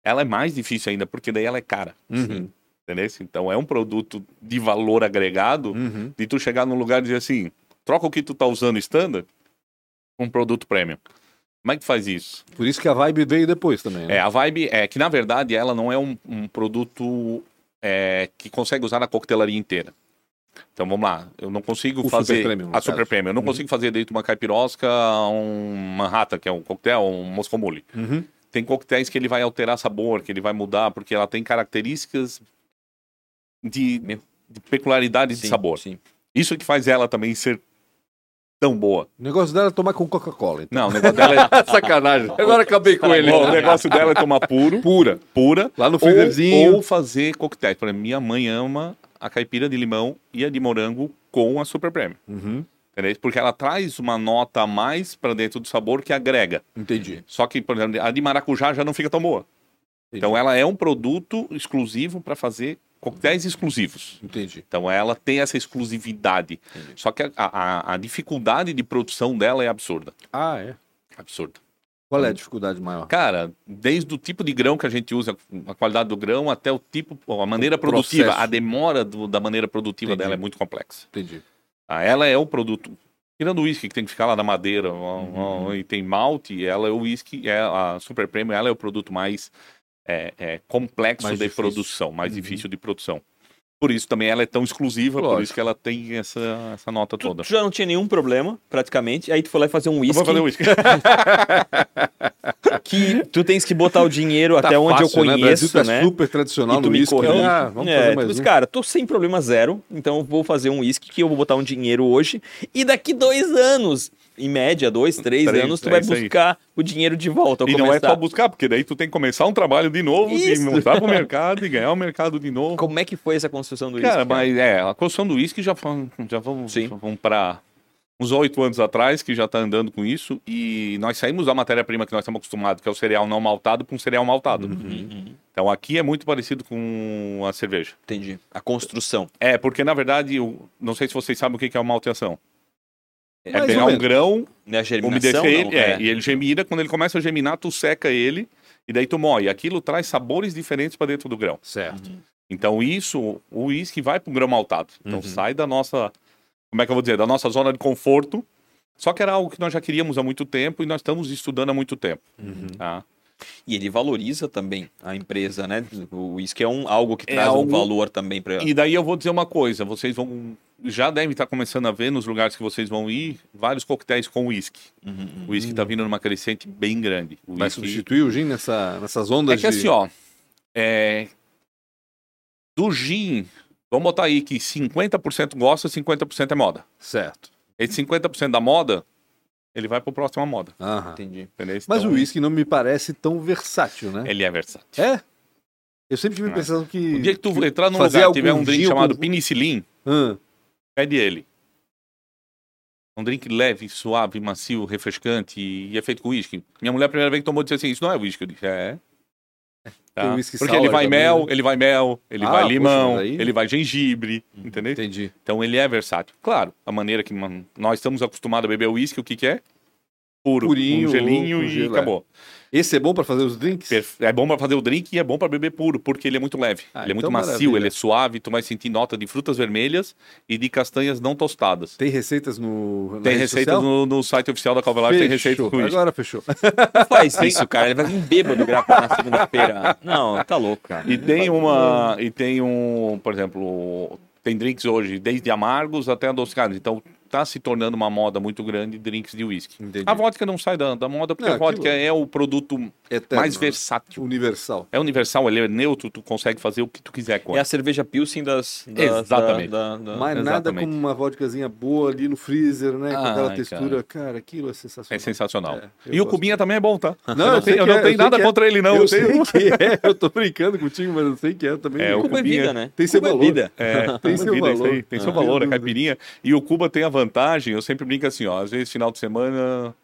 [SPEAKER 3] Ela é mais difícil ainda porque daí ela é cara.
[SPEAKER 1] Uhum.
[SPEAKER 3] Entendeu? Então é um produto de valor agregado
[SPEAKER 1] Uhum.
[SPEAKER 3] de tu chegar num lugar e dizer assim, troca o que tu tá usando standard com um produto premium. Como é que faz isso?
[SPEAKER 1] Por isso que a vibe veio depois também. né?
[SPEAKER 3] É, a Vibe é que, na verdade, ela não é um, um produto é, que consegue usar na coquetelaria inteira. Então vamos lá, eu não consigo
[SPEAKER 1] O
[SPEAKER 3] fazer
[SPEAKER 1] Super Premium, no
[SPEAKER 3] a Super
[SPEAKER 1] caso.
[SPEAKER 3] Premium, eu não consigo fazer dentro de uma caipirosca um Manhattan, que é um coquetel, um Moscow Mule.
[SPEAKER 1] Uhum.
[SPEAKER 3] Tem coquetéis que ele vai alterar sabor, que ele vai mudar, porque ela tem características de,
[SPEAKER 2] Meu.
[SPEAKER 3] de peculiaridades de sabor.
[SPEAKER 2] Sim.
[SPEAKER 3] Isso que faz ela também ser tão boa.
[SPEAKER 1] O negócio dela é tomar com Coca-Cola. então.
[SPEAKER 3] Não, o negócio dela é sacanagem.
[SPEAKER 1] Agora acabei com ele.
[SPEAKER 3] Bom, o negócio dela é tomar puro. Pura. Pura.
[SPEAKER 1] Lá no
[SPEAKER 3] Ou,
[SPEAKER 1] freezerzinho.
[SPEAKER 3] ou fazer coquetéis. Por exemplo, minha mãe ama a caipira de limão e a de morango com a Super Premium.
[SPEAKER 1] Uhum,
[SPEAKER 3] Entendeu? Porque ela traz uma nota a mais para dentro do sabor que agrega.
[SPEAKER 1] Entendi.
[SPEAKER 3] Só que, por exemplo, a de maracujá já não fica tão boa. Então ela é um produto exclusivo para fazer coquetéis exclusivos.
[SPEAKER 1] Entendi.
[SPEAKER 3] Então ela tem essa exclusividade. Só que a, a- a dificuldade de produção dela é absurda.
[SPEAKER 1] Ah, é.
[SPEAKER 3] Absurda.
[SPEAKER 1] Qual é a dificuldade maior?
[SPEAKER 3] Cara, desde o tipo de grão que a gente usa, a qualidade do grão, até o tipo, a maneira produtiva,
[SPEAKER 1] processo.
[SPEAKER 3] a demora do- da maneira produtiva
[SPEAKER 1] Entendi.
[SPEAKER 3] dela é muito complexa.
[SPEAKER 1] Entendi.
[SPEAKER 3] Ah, Ela é o produto. Tirando o uísque, que tem que ficar lá na madeira, ó, ó,
[SPEAKER 1] Uhum.
[SPEAKER 3] e tem malte, ela é o uísque, é a Super Premium, ela é o produto mais é, é, complexo
[SPEAKER 1] Mais
[SPEAKER 3] de
[SPEAKER 1] difícil.
[SPEAKER 3] produção, mais
[SPEAKER 1] Uhum.
[SPEAKER 3] difícil de produção. Por isso também ela é tão exclusiva, por
[SPEAKER 1] Lógico.
[SPEAKER 3] isso que ela tem essa, essa nota
[SPEAKER 2] Tu,
[SPEAKER 3] toda.
[SPEAKER 2] tu já não tinha nenhum problema, praticamente. Aí tu foi lá e fazer um
[SPEAKER 3] Eu
[SPEAKER 2] uísque
[SPEAKER 3] vou fazer uísque.
[SPEAKER 2] que tu tens que botar o dinheiro
[SPEAKER 3] Tá
[SPEAKER 2] até onde eu
[SPEAKER 1] Né? Brasil
[SPEAKER 2] conheço,
[SPEAKER 1] tá
[SPEAKER 2] né?
[SPEAKER 1] super tradicional
[SPEAKER 2] E tu
[SPEAKER 1] no
[SPEAKER 2] me
[SPEAKER 1] uísque.
[SPEAKER 2] corrige.
[SPEAKER 1] né? Ah, vamos
[SPEAKER 2] É,
[SPEAKER 1] fazer
[SPEAKER 2] tu
[SPEAKER 1] mais
[SPEAKER 2] diz,
[SPEAKER 1] um.
[SPEAKER 2] cara, tô sem problema zero, então eu vou fazer um uísque que eu vou botar um dinheiro hoje e daqui dois anos, em média, dois, três
[SPEAKER 3] Três,
[SPEAKER 2] anos, tu
[SPEAKER 3] é
[SPEAKER 2] vai
[SPEAKER 3] isso aí.
[SPEAKER 2] buscar o dinheiro de volta. ao
[SPEAKER 3] E não é
[SPEAKER 2] começar.
[SPEAKER 3] só buscar, porque daí tu tem que começar um trabalho de novo,
[SPEAKER 2] Isso.
[SPEAKER 3] de mudar pro mercado e ganhar o mercado de novo.
[SPEAKER 2] Como é que foi essa construção do uísque?
[SPEAKER 3] Cara, mas é, a construção do uísque já, fam- já vamos,
[SPEAKER 2] Sim.
[SPEAKER 3] já vamos para uns oito anos atrás, que já está andando com isso, e nós saímos da matéria-prima que nós estamos acostumados, que é o cereal não maltado, para um cereal maltado.
[SPEAKER 2] Uhum,
[SPEAKER 3] Então aqui é muito parecido com a cerveja.
[SPEAKER 2] Entendi. A construção.
[SPEAKER 3] É, porque na verdade, eu não sei se vocês sabem o que que é uma malteação. É
[SPEAKER 1] Mais ou
[SPEAKER 3] pegar um
[SPEAKER 1] menos.
[SPEAKER 3] grão,
[SPEAKER 2] Né? A germinação,
[SPEAKER 3] umedecer ele,
[SPEAKER 2] não,
[SPEAKER 3] é, e ele gemira, quando ele começa a geminar, tu seca ele, e daí tu moe. Aquilo traz sabores diferentes para dentro do grão.
[SPEAKER 1] Certo.
[SPEAKER 3] Então isso, o uísque vai para o grão maltado. Então
[SPEAKER 1] Uhum.
[SPEAKER 3] sai da nossa, como é que eu vou dizer, da nossa zona de conforto. Só que era algo que nós já queríamos há muito tempo e nós estamos estudando há muito tempo.
[SPEAKER 1] Uhum.
[SPEAKER 3] tá?
[SPEAKER 2] E ele valoriza também a empresa, né? O uísque é um, algo que
[SPEAKER 3] É
[SPEAKER 2] traz um
[SPEAKER 3] algo-
[SPEAKER 2] valor também para
[SPEAKER 3] E daí eu vou dizer uma coisa, vocês vão já devem estar começando a ver nos lugares que vocês vão ir vários coquetéis com uísque. O uísque está vindo numa crescente bem grande. O
[SPEAKER 1] Uhum, Vai
[SPEAKER 3] uísque-
[SPEAKER 1] substituir o gin nessa, nessas ondas
[SPEAKER 3] É que assim,
[SPEAKER 1] de...
[SPEAKER 3] ó. É... Do gin, vamos botar aí que 50% gosta, 50% é moda.
[SPEAKER 1] Certo.
[SPEAKER 3] Esse 50% da moda, ele vai pro próximo à moda.
[SPEAKER 1] Aham.
[SPEAKER 2] Entendi.
[SPEAKER 3] entendeu?
[SPEAKER 1] Mas
[SPEAKER 3] Então,
[SPEAKER 1] o uísque não me parece tão versátil, né?
[SPEAKER 3] Ele é versátil.
[SPEAKER 1] É? Eu sempre tive a
[SPEAKER 3] É.
[SPEAKER 1] impressão que...
[SPEAKER 3] O dia que tu entrar num
[SPEAKER 1] Fazer
[SPEAKER 3] lugar e
[SPEAKER 1] algum
[SPEAKER 3] tiver um drink
[SPEAKER 1] gin,
[SPEAKER 3] chamado
[SPEAKER 1] algum-
[SPEAKER 3] penicilin,
[SPEAKER 1] Ah,
[SPEAKER 3] pede ele. Um drink leve, suave, macio, refrescante e é feito com uísque. Minha mulher, a primeira vez que tomou, disse assim: Isso não é uísque. Eu disse: É. Tá?
[SPEAKER 1] Tem uísque
[SPEAKER 3] Porque
[SPEAKER 1] sour
[SPEAKER 3] ele vai
[SPEAKER 1] também,
[SPEAKER 3] mel,
[SPEAKER 1] né?
[SPEAKER 3] ele vai mel, ele
[SPEAKER 1] Ah,
[SPEAKER 3] vai
[SPEAKER 1] poxa,
[SPEAKER 3] limão,
[SPEAKER 1] mas aí- Hum,
[SPEAKER 3] ele vai gengibre, entendeu?
[SPEAKER 1] entendi.
[SPEAKER 3] Então ele é versátil. Claro, a maneira que man- nós estamos acostumados a beber uísque, o que, que é? Puro,
[SPEAKER 1] Purinho,
[SPEAKER 3] um gelinho
[SPEAKER 1] com
[SPEAKER 3] e
[SPEAKER 1] gelo, é.
[SPEAKER 3] acabou.
[SPEAKER 1] Esse é bom pra fazer os drinks?
[SPEAKER 3] Perfe- É bom pra fazer o drink e é bom pra beber puro, porque ele é muito leve.
[SPEAKER 1] Ah,
[SPEAKER 3] ele é
[SPEAKER 1] então
[SPEAKER 3] muito macio,
[SPEAKER 1] maravilha.
[SPEAKER 3] ele é suave, tu vai sentir nota de frutas vermelhas e de castanhas não tostadas.
[SPEAKER 1] Tem receitas no... na
[SPEAKER 3] Tem
[SPEAKER 1] rede
[SPEAKER 3] receitas
[SPEAKER 1] social?
[SPEAKER 3] no, no site oficial da Calvelar, tem receita
[SPEAKER 1] Fechou.
[SPEAKER 3] com isso.
[SPEAKER 1] Agora fechou.
[SPEAKER 2] Não faz isso, cara. Ele vai vir bêbado gravar na segunda-feira. Não, tá louco, cara.
[SPEAKER 3] E tem
[SPEAKER 1] um
[SPEAKER 3] uma. E tem um, por exemplo, tem drinks hoje, desde amargos até adocicados. Então tá se tornando uma moda muito grande drinks de uísque.
[SPEAKER 1] Entendi.
[SPEAKER 3] A vodka não sai da, da moda, porque
[SPEAKER 1] Não,
[SPEAKER 3] a vodka
[SPEAKER 1] aquilo-
[SPEAKER 3] é o produto
[SPEAKER 1] Eterno,
[SPEAKER 3] mais
[SPEAKER 1] né?
[SPEAKER 3] versátil.
[SPEAKER 1] Universal.
[SPEAKER 3] É universal, ele é neutro, tu consegue fazer o que tu quiser com
[SPEAKER 2] É
[SPEAKER 3] ela.
[SPEAKER 2] a cerveja Pilsen das... das
[SPEAKER 3] Exatamente.
[SPEAKER 2] da- da- da-
[SPEAKER 1] Mas nada
[SPEAKER 3] exatamente.
[SPEAKER 1] como uma vodkazinha boa ali no freezer, né? Com
[SPEAKER 3] Ai,
[SPEAKER 1] aquela textura. Cara. aquilo é sensacional.
[SPEAKER 3] É sensacional.
[SPEAKER 1] É, eu
[SPEAKER 3] e o
[SPEAKER 1] gosto.
[SPEAKER 3] cubinha também é bom, tá?
[SPEAKER 1] Não,
[SPEAKER 3] eu, não
[SPEAKER 1] sei
[SPEAKER 3] tenho, eu
[SPEAKER 1] que
[SPEAKER 3] não
[SPEAKER 1] é,
[SPEAKER 3] tenho
[SPEAKER 1] eu sei
[SPEAKER 3] nada
[SPEAKER 1] que é.
[SPEAKER 3] contra ele, não.
[SPEAKER 1] Eu,
[SPEAKER 3] Eu
[SPEAKER 1] sei
[SPEAKER 3] tenho-
[SPEAKER 1] que é. Eu tô brincando contigo, mas eu sei que é também.
[SPEAKER 3] É, o
[SPEAKER 2] Cuba é
[SPEAKER 3] cubinha.
[SPEAKER 2] vida, né?
[SPEAKER 1] Tem seu
[SPEAKER 2] Cuba é
[SPEAKER 1] valor.
[SPEAKER 2] vida.
[SPEAKER 3] É,
[SPEAKER 1] Tem seu
[SPEAKER 3] vida, isso
[SPEAKER 1] valor.
[SPEAKER 3] aí, tem seu
[SPEAKER 1] Ah.
[SPEAKER 3] valor, a
[SPEAKER 1] Sem dúvida.
[SPEAKER 3] caipirinha. E o Cuba tem a vantagem, eu sempre brinco assim, ó, às vezes final de semana,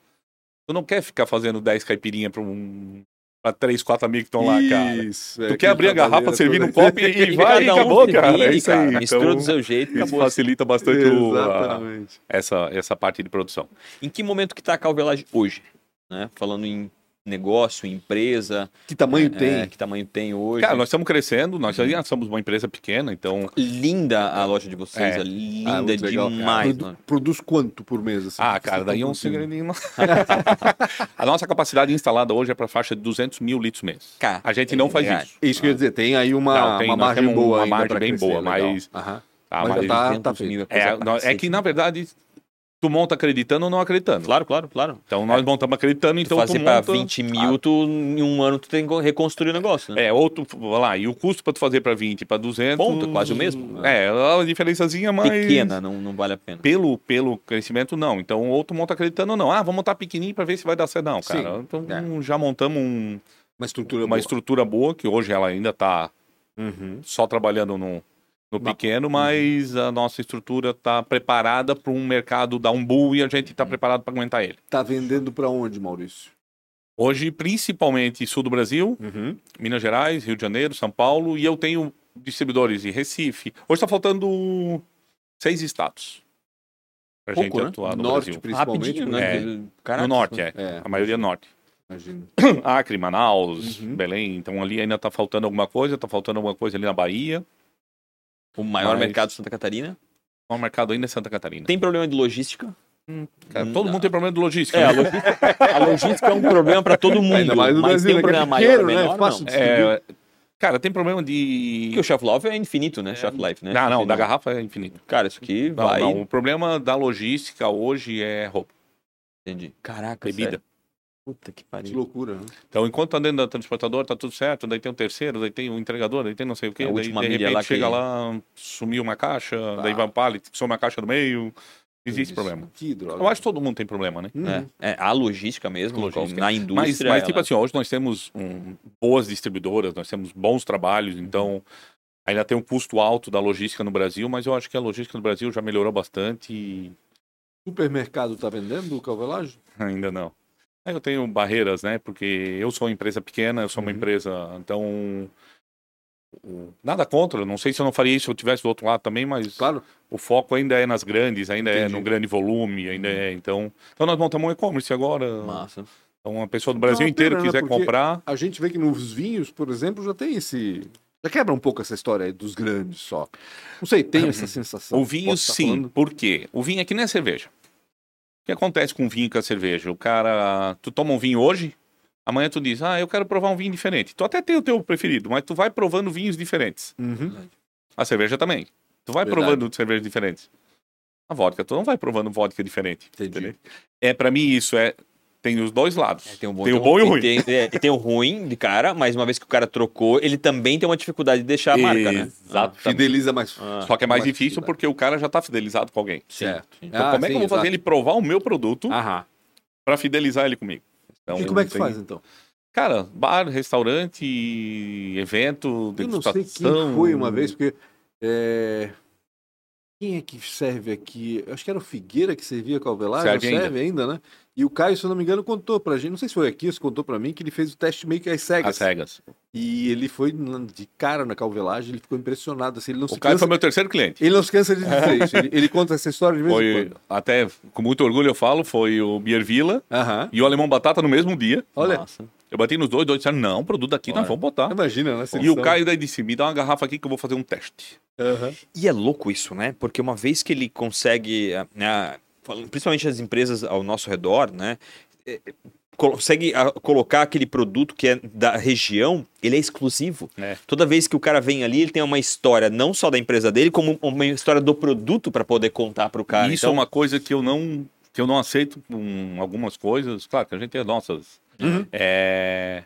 [SPEAKER 3] tu não quer ficar fazendo 10 caipirinha pra um pra três, quatro amigos que estão lá, cara.
[SPEAKER 1] Isso, é,
[SPEAKER 3] Tu quer
[SPEAKER 1] aquele
[SPEAKER 3] abrir a garrafa,
[SPEAKER 1] trabalheira
[SPEAKER 3] servir
[SPEAKER 1] toda.
[SPEAKER 3] num copo e, e vai, e
[SPEAKER 2] Cada um
[SPEAKER 3] acabou,
[SPEAKER 2] se
[SPEAKER 3] cara.
[SPEAKER 2] vire,
[SPEAKER 3] É isso aí.
[SPEAKER 2] cara. Mistura
[SPEAKER 3] Então,
[SPEAKER 2] do seu jeito,
[SPEAKER 3] isso
[SPEAKER 2] acabou.
[SPEAKER 3] facilita bastante o- a-
[SPEAKER 1] Exatamente.
[SPEAKER 3] essa, essa parte de produção.
[SPEAKER 2] Em que momento que tá a Calvelage hoje? Né? Falando em negócio, empresa,
[SPEAKER 1] Que tamanho tem?
[SPEAKER 2] é, que tamanho tem hoje.
[SPEAKER 1] é.
[SPEAKER 3] Cara, nós estamos crescendo, nós já somos uma empresa pequena, então.
[SPEAKER 2] Linda a loja de vocês,
[SPEAKER 3] É.
[SPEAKER 2] é
[SPEAKER 1] Ah,
[SPEAKER 2] linda
[SPEAKER 1] muito legal, cara.
[SPEAKER 2] demais,
[SPEAKER 1] Produ-
[SPEAKER 2] mano.
[SPEAKER 1] Produz quanto por mês? assim?
[SPEAKER 3] Ah, cara, daí é um segredinho. a nossa capacidade instalada hoje é para faixa de 200 mil litros mês.
[SPEAKER 2] Cara,
[SPEAKER 3] a gente não faz
[SPEAKER 2] é,
[SPEAKER 3] isso.
[SPEAKER 1] Isso que eu ia dizer, tem aí uma,
[SPEAKER 3] Ah. Não, tem,
[SPEAKER 1] uma
[SPEAKER 3] nós
[SPEAKER 1] margem
[SPEAKER 3] temos
[SPEAKER 1] boa
[SPEAKER 3] uma
[SPEAKER 1] ainda
[SPEAKER 3] margem
[SPEAKER 1] pra
[SPEAKER 3] bem
[SPEAKER 1] crescer,
[SPEAKER 3] boa,
[SPEAKER 1] legal.
[SPEAKER 3] mas-
[SPEAKER 1] Aham.
[SPEAKER 3] Tá,
[SPEAKER 1] Mas
[SPEAKER 3] mas-
[SPEAKER 1] tá-
[SPEAKER 2] 200 mil coisa
[SPEAKER 3] É,
[SPEAKER 2] pra
[SPEAKER 3] nó- é
[SPEAKER 2] cacete.
[SPEAKER 3] que, na verdade, tu monta acreditando ou não acreditando.
[SPEAKER 2] Claro, claro, claro. É.
[SPEAKER 3] Então nós montamos acreditando,
[SPEAKER 2] Tu
[SPEAKER 3] então
[SPEAKER 2] fazer
[SPEAKER 3] tu
[SPEAKER 2] pra
[SPEAKER 3] monta...
[SPEAKER 2] 20 mil, tu, em um ano tu tem que reconstruir o negócio, né?
[SPEAKER 3] É, outro, vamos lá, e o custo pra tu fazer pra 20 e pra 200...
[SPEAKER 2] Ponto, quase o mesmo. né?
[SPEAKER 3] É, é uma diferençazinha, mas...
[SPEAKER 2] Pequena, não, não vale a pena.
[SPEAKER 3] Pelo, pelo crescimento, não. Então, ou tu monta acreditando ou não. Ah, vamos montar pequenininho pra ver se vai dar certo. Não, cara.
[SPEAKER 1] Sim,
[SPEAKER 3] Então,
[SPEAKER 1] é.
[SPEAKER 3] já montamos um-
[SPEAKER 1] Uma estrutura
[SPEAKER 3] uma
[SPEAKER 1] boa.
[SPEAKER 3] estrutura boa, que hoje ela ainda tá
[SPEAKER 1] Uhum.
[SPEAKER 3] só trabalhando no, no
[SPEAKER 2] Uhum.
[SPEAKER 3] pequeno, mas a nossa estrutura tá preparada pra um mercado dar um boom e a gente
[SPEAKER 2] Uhum.
[SPEAKER 3] tá preparado pra aguentar ele.
[SPEAKER 1] Tá vendendo pra onde, Maurício?
[SPEAKER 3] Hoje, principalmente sul do Brasil,
[SPEAKER 1] Uhum.
[SPEAKER 3] Minas Gerais, Rio de Janeiro, São Paulo, e eu tenho distribuidores em Recife. Hoje está faltando seis estados para
[SPEAKER 2] Pouco,
[SPEAKER 3] gente
[SPEAKER 2] né?
[SPEAKER 3] atuar no
[SPEAKER 1] norte,
[SPEAKER 3] Brasil.
[SPEAKER 1] principalmente.
[SPEAKER 2] Rapidinho, né?
[SPEAKER 3] É.
[SPEAKER 2] Porque, caraca,
[SPEAKER 3] no norte, é.
[SPEAKER 1] É,
[SPEAKER 3] A maioria é norte.
[SPEAKER 1] imagino.
[SPEAKER 3] Acre, Manaus,
[SPEAKER 1] Uhum.
[SPEAKER 3] Belém. Então ali ainda está faltando alguma coisa, está faltando alguma coisa ali na Bahia.
[SPEAKER 2] O maior
[SPEAKER 3] Mas-
[SPEAKER 2] mercado de Santa Catarina.
[SPEAKER 3] O mercado ainda é Santa Catarina.
[SPEAKER 2] Tem problema de logística.
[SPEAKER 3] Cara,
[SPEAKER 2] Hum,
[SPEAKER 3] todo
[SPEAKER 2] ah.
[SPEAKER 3] mundo tem problema de logística.
[SPEAKER 2] É, a logística,
[SPEAKER 3] né?
[SPEAKER 2] a logística é um problema pra todo mundo.
[SPEAKER 1] Ainda mais no
[SPEAKER 2] mas
[SPEAKER 1] Brasil,
[SPEAKER 2] tem
[SPEAKER 1] né, que
[SPEAKER 2] um
[SPEAKER 1] é
[SPEAKER 2] problema maior,
[SPEAKER 1] pequeno, né?
[SPEAKER 2] menor,
[SPEAKER 1] Fácil
[SPEAKER 2] não.
[SPEAKER 1] de-
[SPEAKER 3] É, cara, tem problema
[SPEAKER 2] Porque
[SPEAKER 3] de.
[SPEAKER 2] o shelf life é infinito, né? Shelf life, né?
[SPEAKER 3] Ah, não, da garrafa é infinito.
[SPEAKER 2] Cara, isso aqui
[SPEAKER 3] Não,
[SPEAKER 2] vai...
[SPEAKER 3] não, o problema da logística hoje é roupa,
[SPEAKER 2] Entendi. Caraca,
[SPEAKER 3] bebida.
[SPEAKER 2] sério. Puta
[SPEAKER 1] Que
[SPEAKER 2] que pariu.
[SPEAKER 1] loucura. né?
[SPEAKER 3] Então, enquanto tá dentro da transportadora, tá tudo certo, daí tem um terceiro, daí tem um entregador, daí tem não sei o quê,
[SPEAKER 2] É A
[SPEAKER 3] daí de
[SPEAKER 2] última milha
[SPEAKER 3] repente
[SPEAKER 2] lá que- Tá.
[SPEAKER 3] chega lá, sumiu uma caixa, daí vai um pallet, some uma caixa no meio, existe
[SPEAKER 1] Isso.
[SPEAKER 3] problema.
[SPEAKER 1] Que droga.
[SPEAKER 3] Eu acho que todo mundo tem problema, né?
[SPEAKER 1] Uhum.
[SPEAKER 2] É, é, a logística mesmo,
[SPEAKER 3] Logística.
[SPEAKER 2] na
[SPEAKER 3] Mas,
[SPEAKER 2] indústria... né?
[SPEAKER 3] mas tipo
[SPEAKER 2] ela-
[SPEAKER 3] assim, ó, hoje nós temos hum, boas distribuidoras, nós temos bons trabalhos, então ainda tem um custo alto da logística no Brasil, mas eu acho que a logística no Brasil já melhorou bastante e
[SPEAKER 1] Supermercado tá vendendo o calvelagem?
[SPEAKER 3] Ainda não. Aí Eu tenho barreiras, né? Porque eu sou uma empresa pequena, eu sou uma
[SPEAKER 1] Uhum.
[SPEAKER 3] empresa. Então. o- Nada contra, não sei se eu não faria isso se eu tivesse do outro lado também, mas
[SPEAKER 1] Claro.
[SPEAKER 3] o foco ainda é nas grandes, ainda é
[SPEAKER 1] Entendi. Uhum.
[SPEAKER 3] no grande volume, ainda é. Então, então nós montamos um e-commerce agora.
[SPEAKER 2] Massa.
[SPEAKER 3] Então, uma pessoa do Brasil
[SPEAKER 1] uma
[SPEAKER 3] inteiro
[SPEAKER 1] pena, né?
[SPEAKER 3] quiser
[SPEAKER 1] Porque-
[SPEAKER 3] comprar.
[SPEAKER 1] A gente vê que nos vinhos, por exemplo, já tem esse. Já quebra um pouco essa história aí dos grandes só. Não sei, tem essa sensação.
[SPEAKER 3] O vinho,
[SPEAKER 1] Posso estar
[SPEAKER 3] sim.
[SPEAKER 1] falando?
[SPEAKER 3] Por quê? O vinho aqui não é cerveja. O que acontece com o vinho e com a cerveja? O cara. Tu toma um vinho hoje, amanhã tu diz, ah, eu quero provar um vinho diferente. Tu até tem o teu preferido, mas tu vai provando vinhos diferentes.
[SPEAKER 1] Uhum.
[SPEAKER 3] A cerveja também. Tu vai
[SPEAKER 1] Verdade.
[SPEAKER 3] provando cervejas diferentes. A vodka, tu não vai provando vodka diferente.
[SPEAKER 1] Entendi.
[SPEAKER 3] entendeu? É, pra mim, isso é. Tem os dois lados.
[SPEAKER 2] é, Tem o bom,
[SPEAKER 3] Tem o bom e o ruim.
[SPEAKER 2] Tem, é, tem o ruim de cara, mas uma vez que o cara trocou, ele também tem uma dificuldade de deixar a marca, né?
[SPEAKER 3] Exato.
[SPEAKER 1] Fideliza mais.
[SPEAKER 2] Ah,
[SPEAKER 3] Tá. Só que é mais
[SPEAKER 1] Mas-
[SPEAKER 3] difícil porque o cara já tá fidelizado com alguém.
[SPEAKER 1] certo. Ah,
[SPEAKER 2] sim.
[SPEAKER 3] Então, como é que eu vou fazer ele provar o meu produto
[SPEAKER 1] Aham.
[SPEAKER 3] pra fidelizar ele comigo? Então,
[SPEAKER 1] E como é que
[SPEAKER 3] tem-
[SPEAKER 1] faz Ah. então?
[SPEAKER 3] Cara, bar, restaurante, evento,
[SPEAKER 1] Eu não sei quem
[SPEAKER 3] degustação.
[SPEAKER 1] foi uma vez, porque. é, Quem é que serve aqui? Eu Acho que era o Figueira que servia calvelagem,
[SPEAKER 3] Serve ainda.
[SPEAKER 1] serve ainda, né? E o Caio, se eu não me engano, contou pra gente, não sei se foi aqui, se contou pra mim, que ele fez o teste meio que às cegas.
[SPEAKER 3] As cegas.
[SPEAKER 1] E ele foi na- de cara na calvelagem, ele ficou impressionado. Assim, ele, não
[SPEAKER 3] O
[SPEAKER 1] se
[SPEAKER 3] cara
[SPEAKER 1] cansa,
[SPEAKER 3] foi meu terceiro cliente.
[SPEAKER 1] ele não se cansa de dizer isso. Ele, ele conta essa história de vez em
[SPEAKER 3] Foi,
[SPEAKER 1] quando.
[SPEAKER 3] até com muito orgulho eu falo, foi o Bier Villa
[SPEAKER 1] Aham.
[SPEAKER 3] e o Alemão Batata no mesmo dia.
[SPEAKER 1] Olha,
[SPEAKER 2] Massa.
[SPEAKER 3] Eu bati nos dois, dois disseram, não, produto daqui nós
[SPEAKER 2] Olha.
[SPEAKER 3] vamos botar.
[SPEAKER 1] imagina, né? a
[SPEAKER 3] E o
[SPEAKER 1] seleção.
[SPEAKER 3] Caio daí disse, me dá uma garrafa aqui que eu vou fazer um teste.
[SPEAKER 1] Aham.
[SPEAKER 2] E é louco isso, né? Porque uma vez que ele consegue, ah, né, falando- principalmente as empresas ao nosso redor, né? eh, Consegue ah, colocar aquele produto que é da região, ele é exclusivo.
[SPEAKER 3] É.
[SPEAKER 2] Toda vez que o cara vem ali, ele tem uma história, não só da empresa dele, como uma história do produto para poder contar para o cara.
[SPEAKER 3] e isso
[SPEAKER 2] Então,
[SPEAKER 3] é uma coisa que eu não, que eu não aceito com algumas coisas. Claro que a gente tem as nossas.
[SPEAKER 1] Uhum.
[SPEAKER 3] É...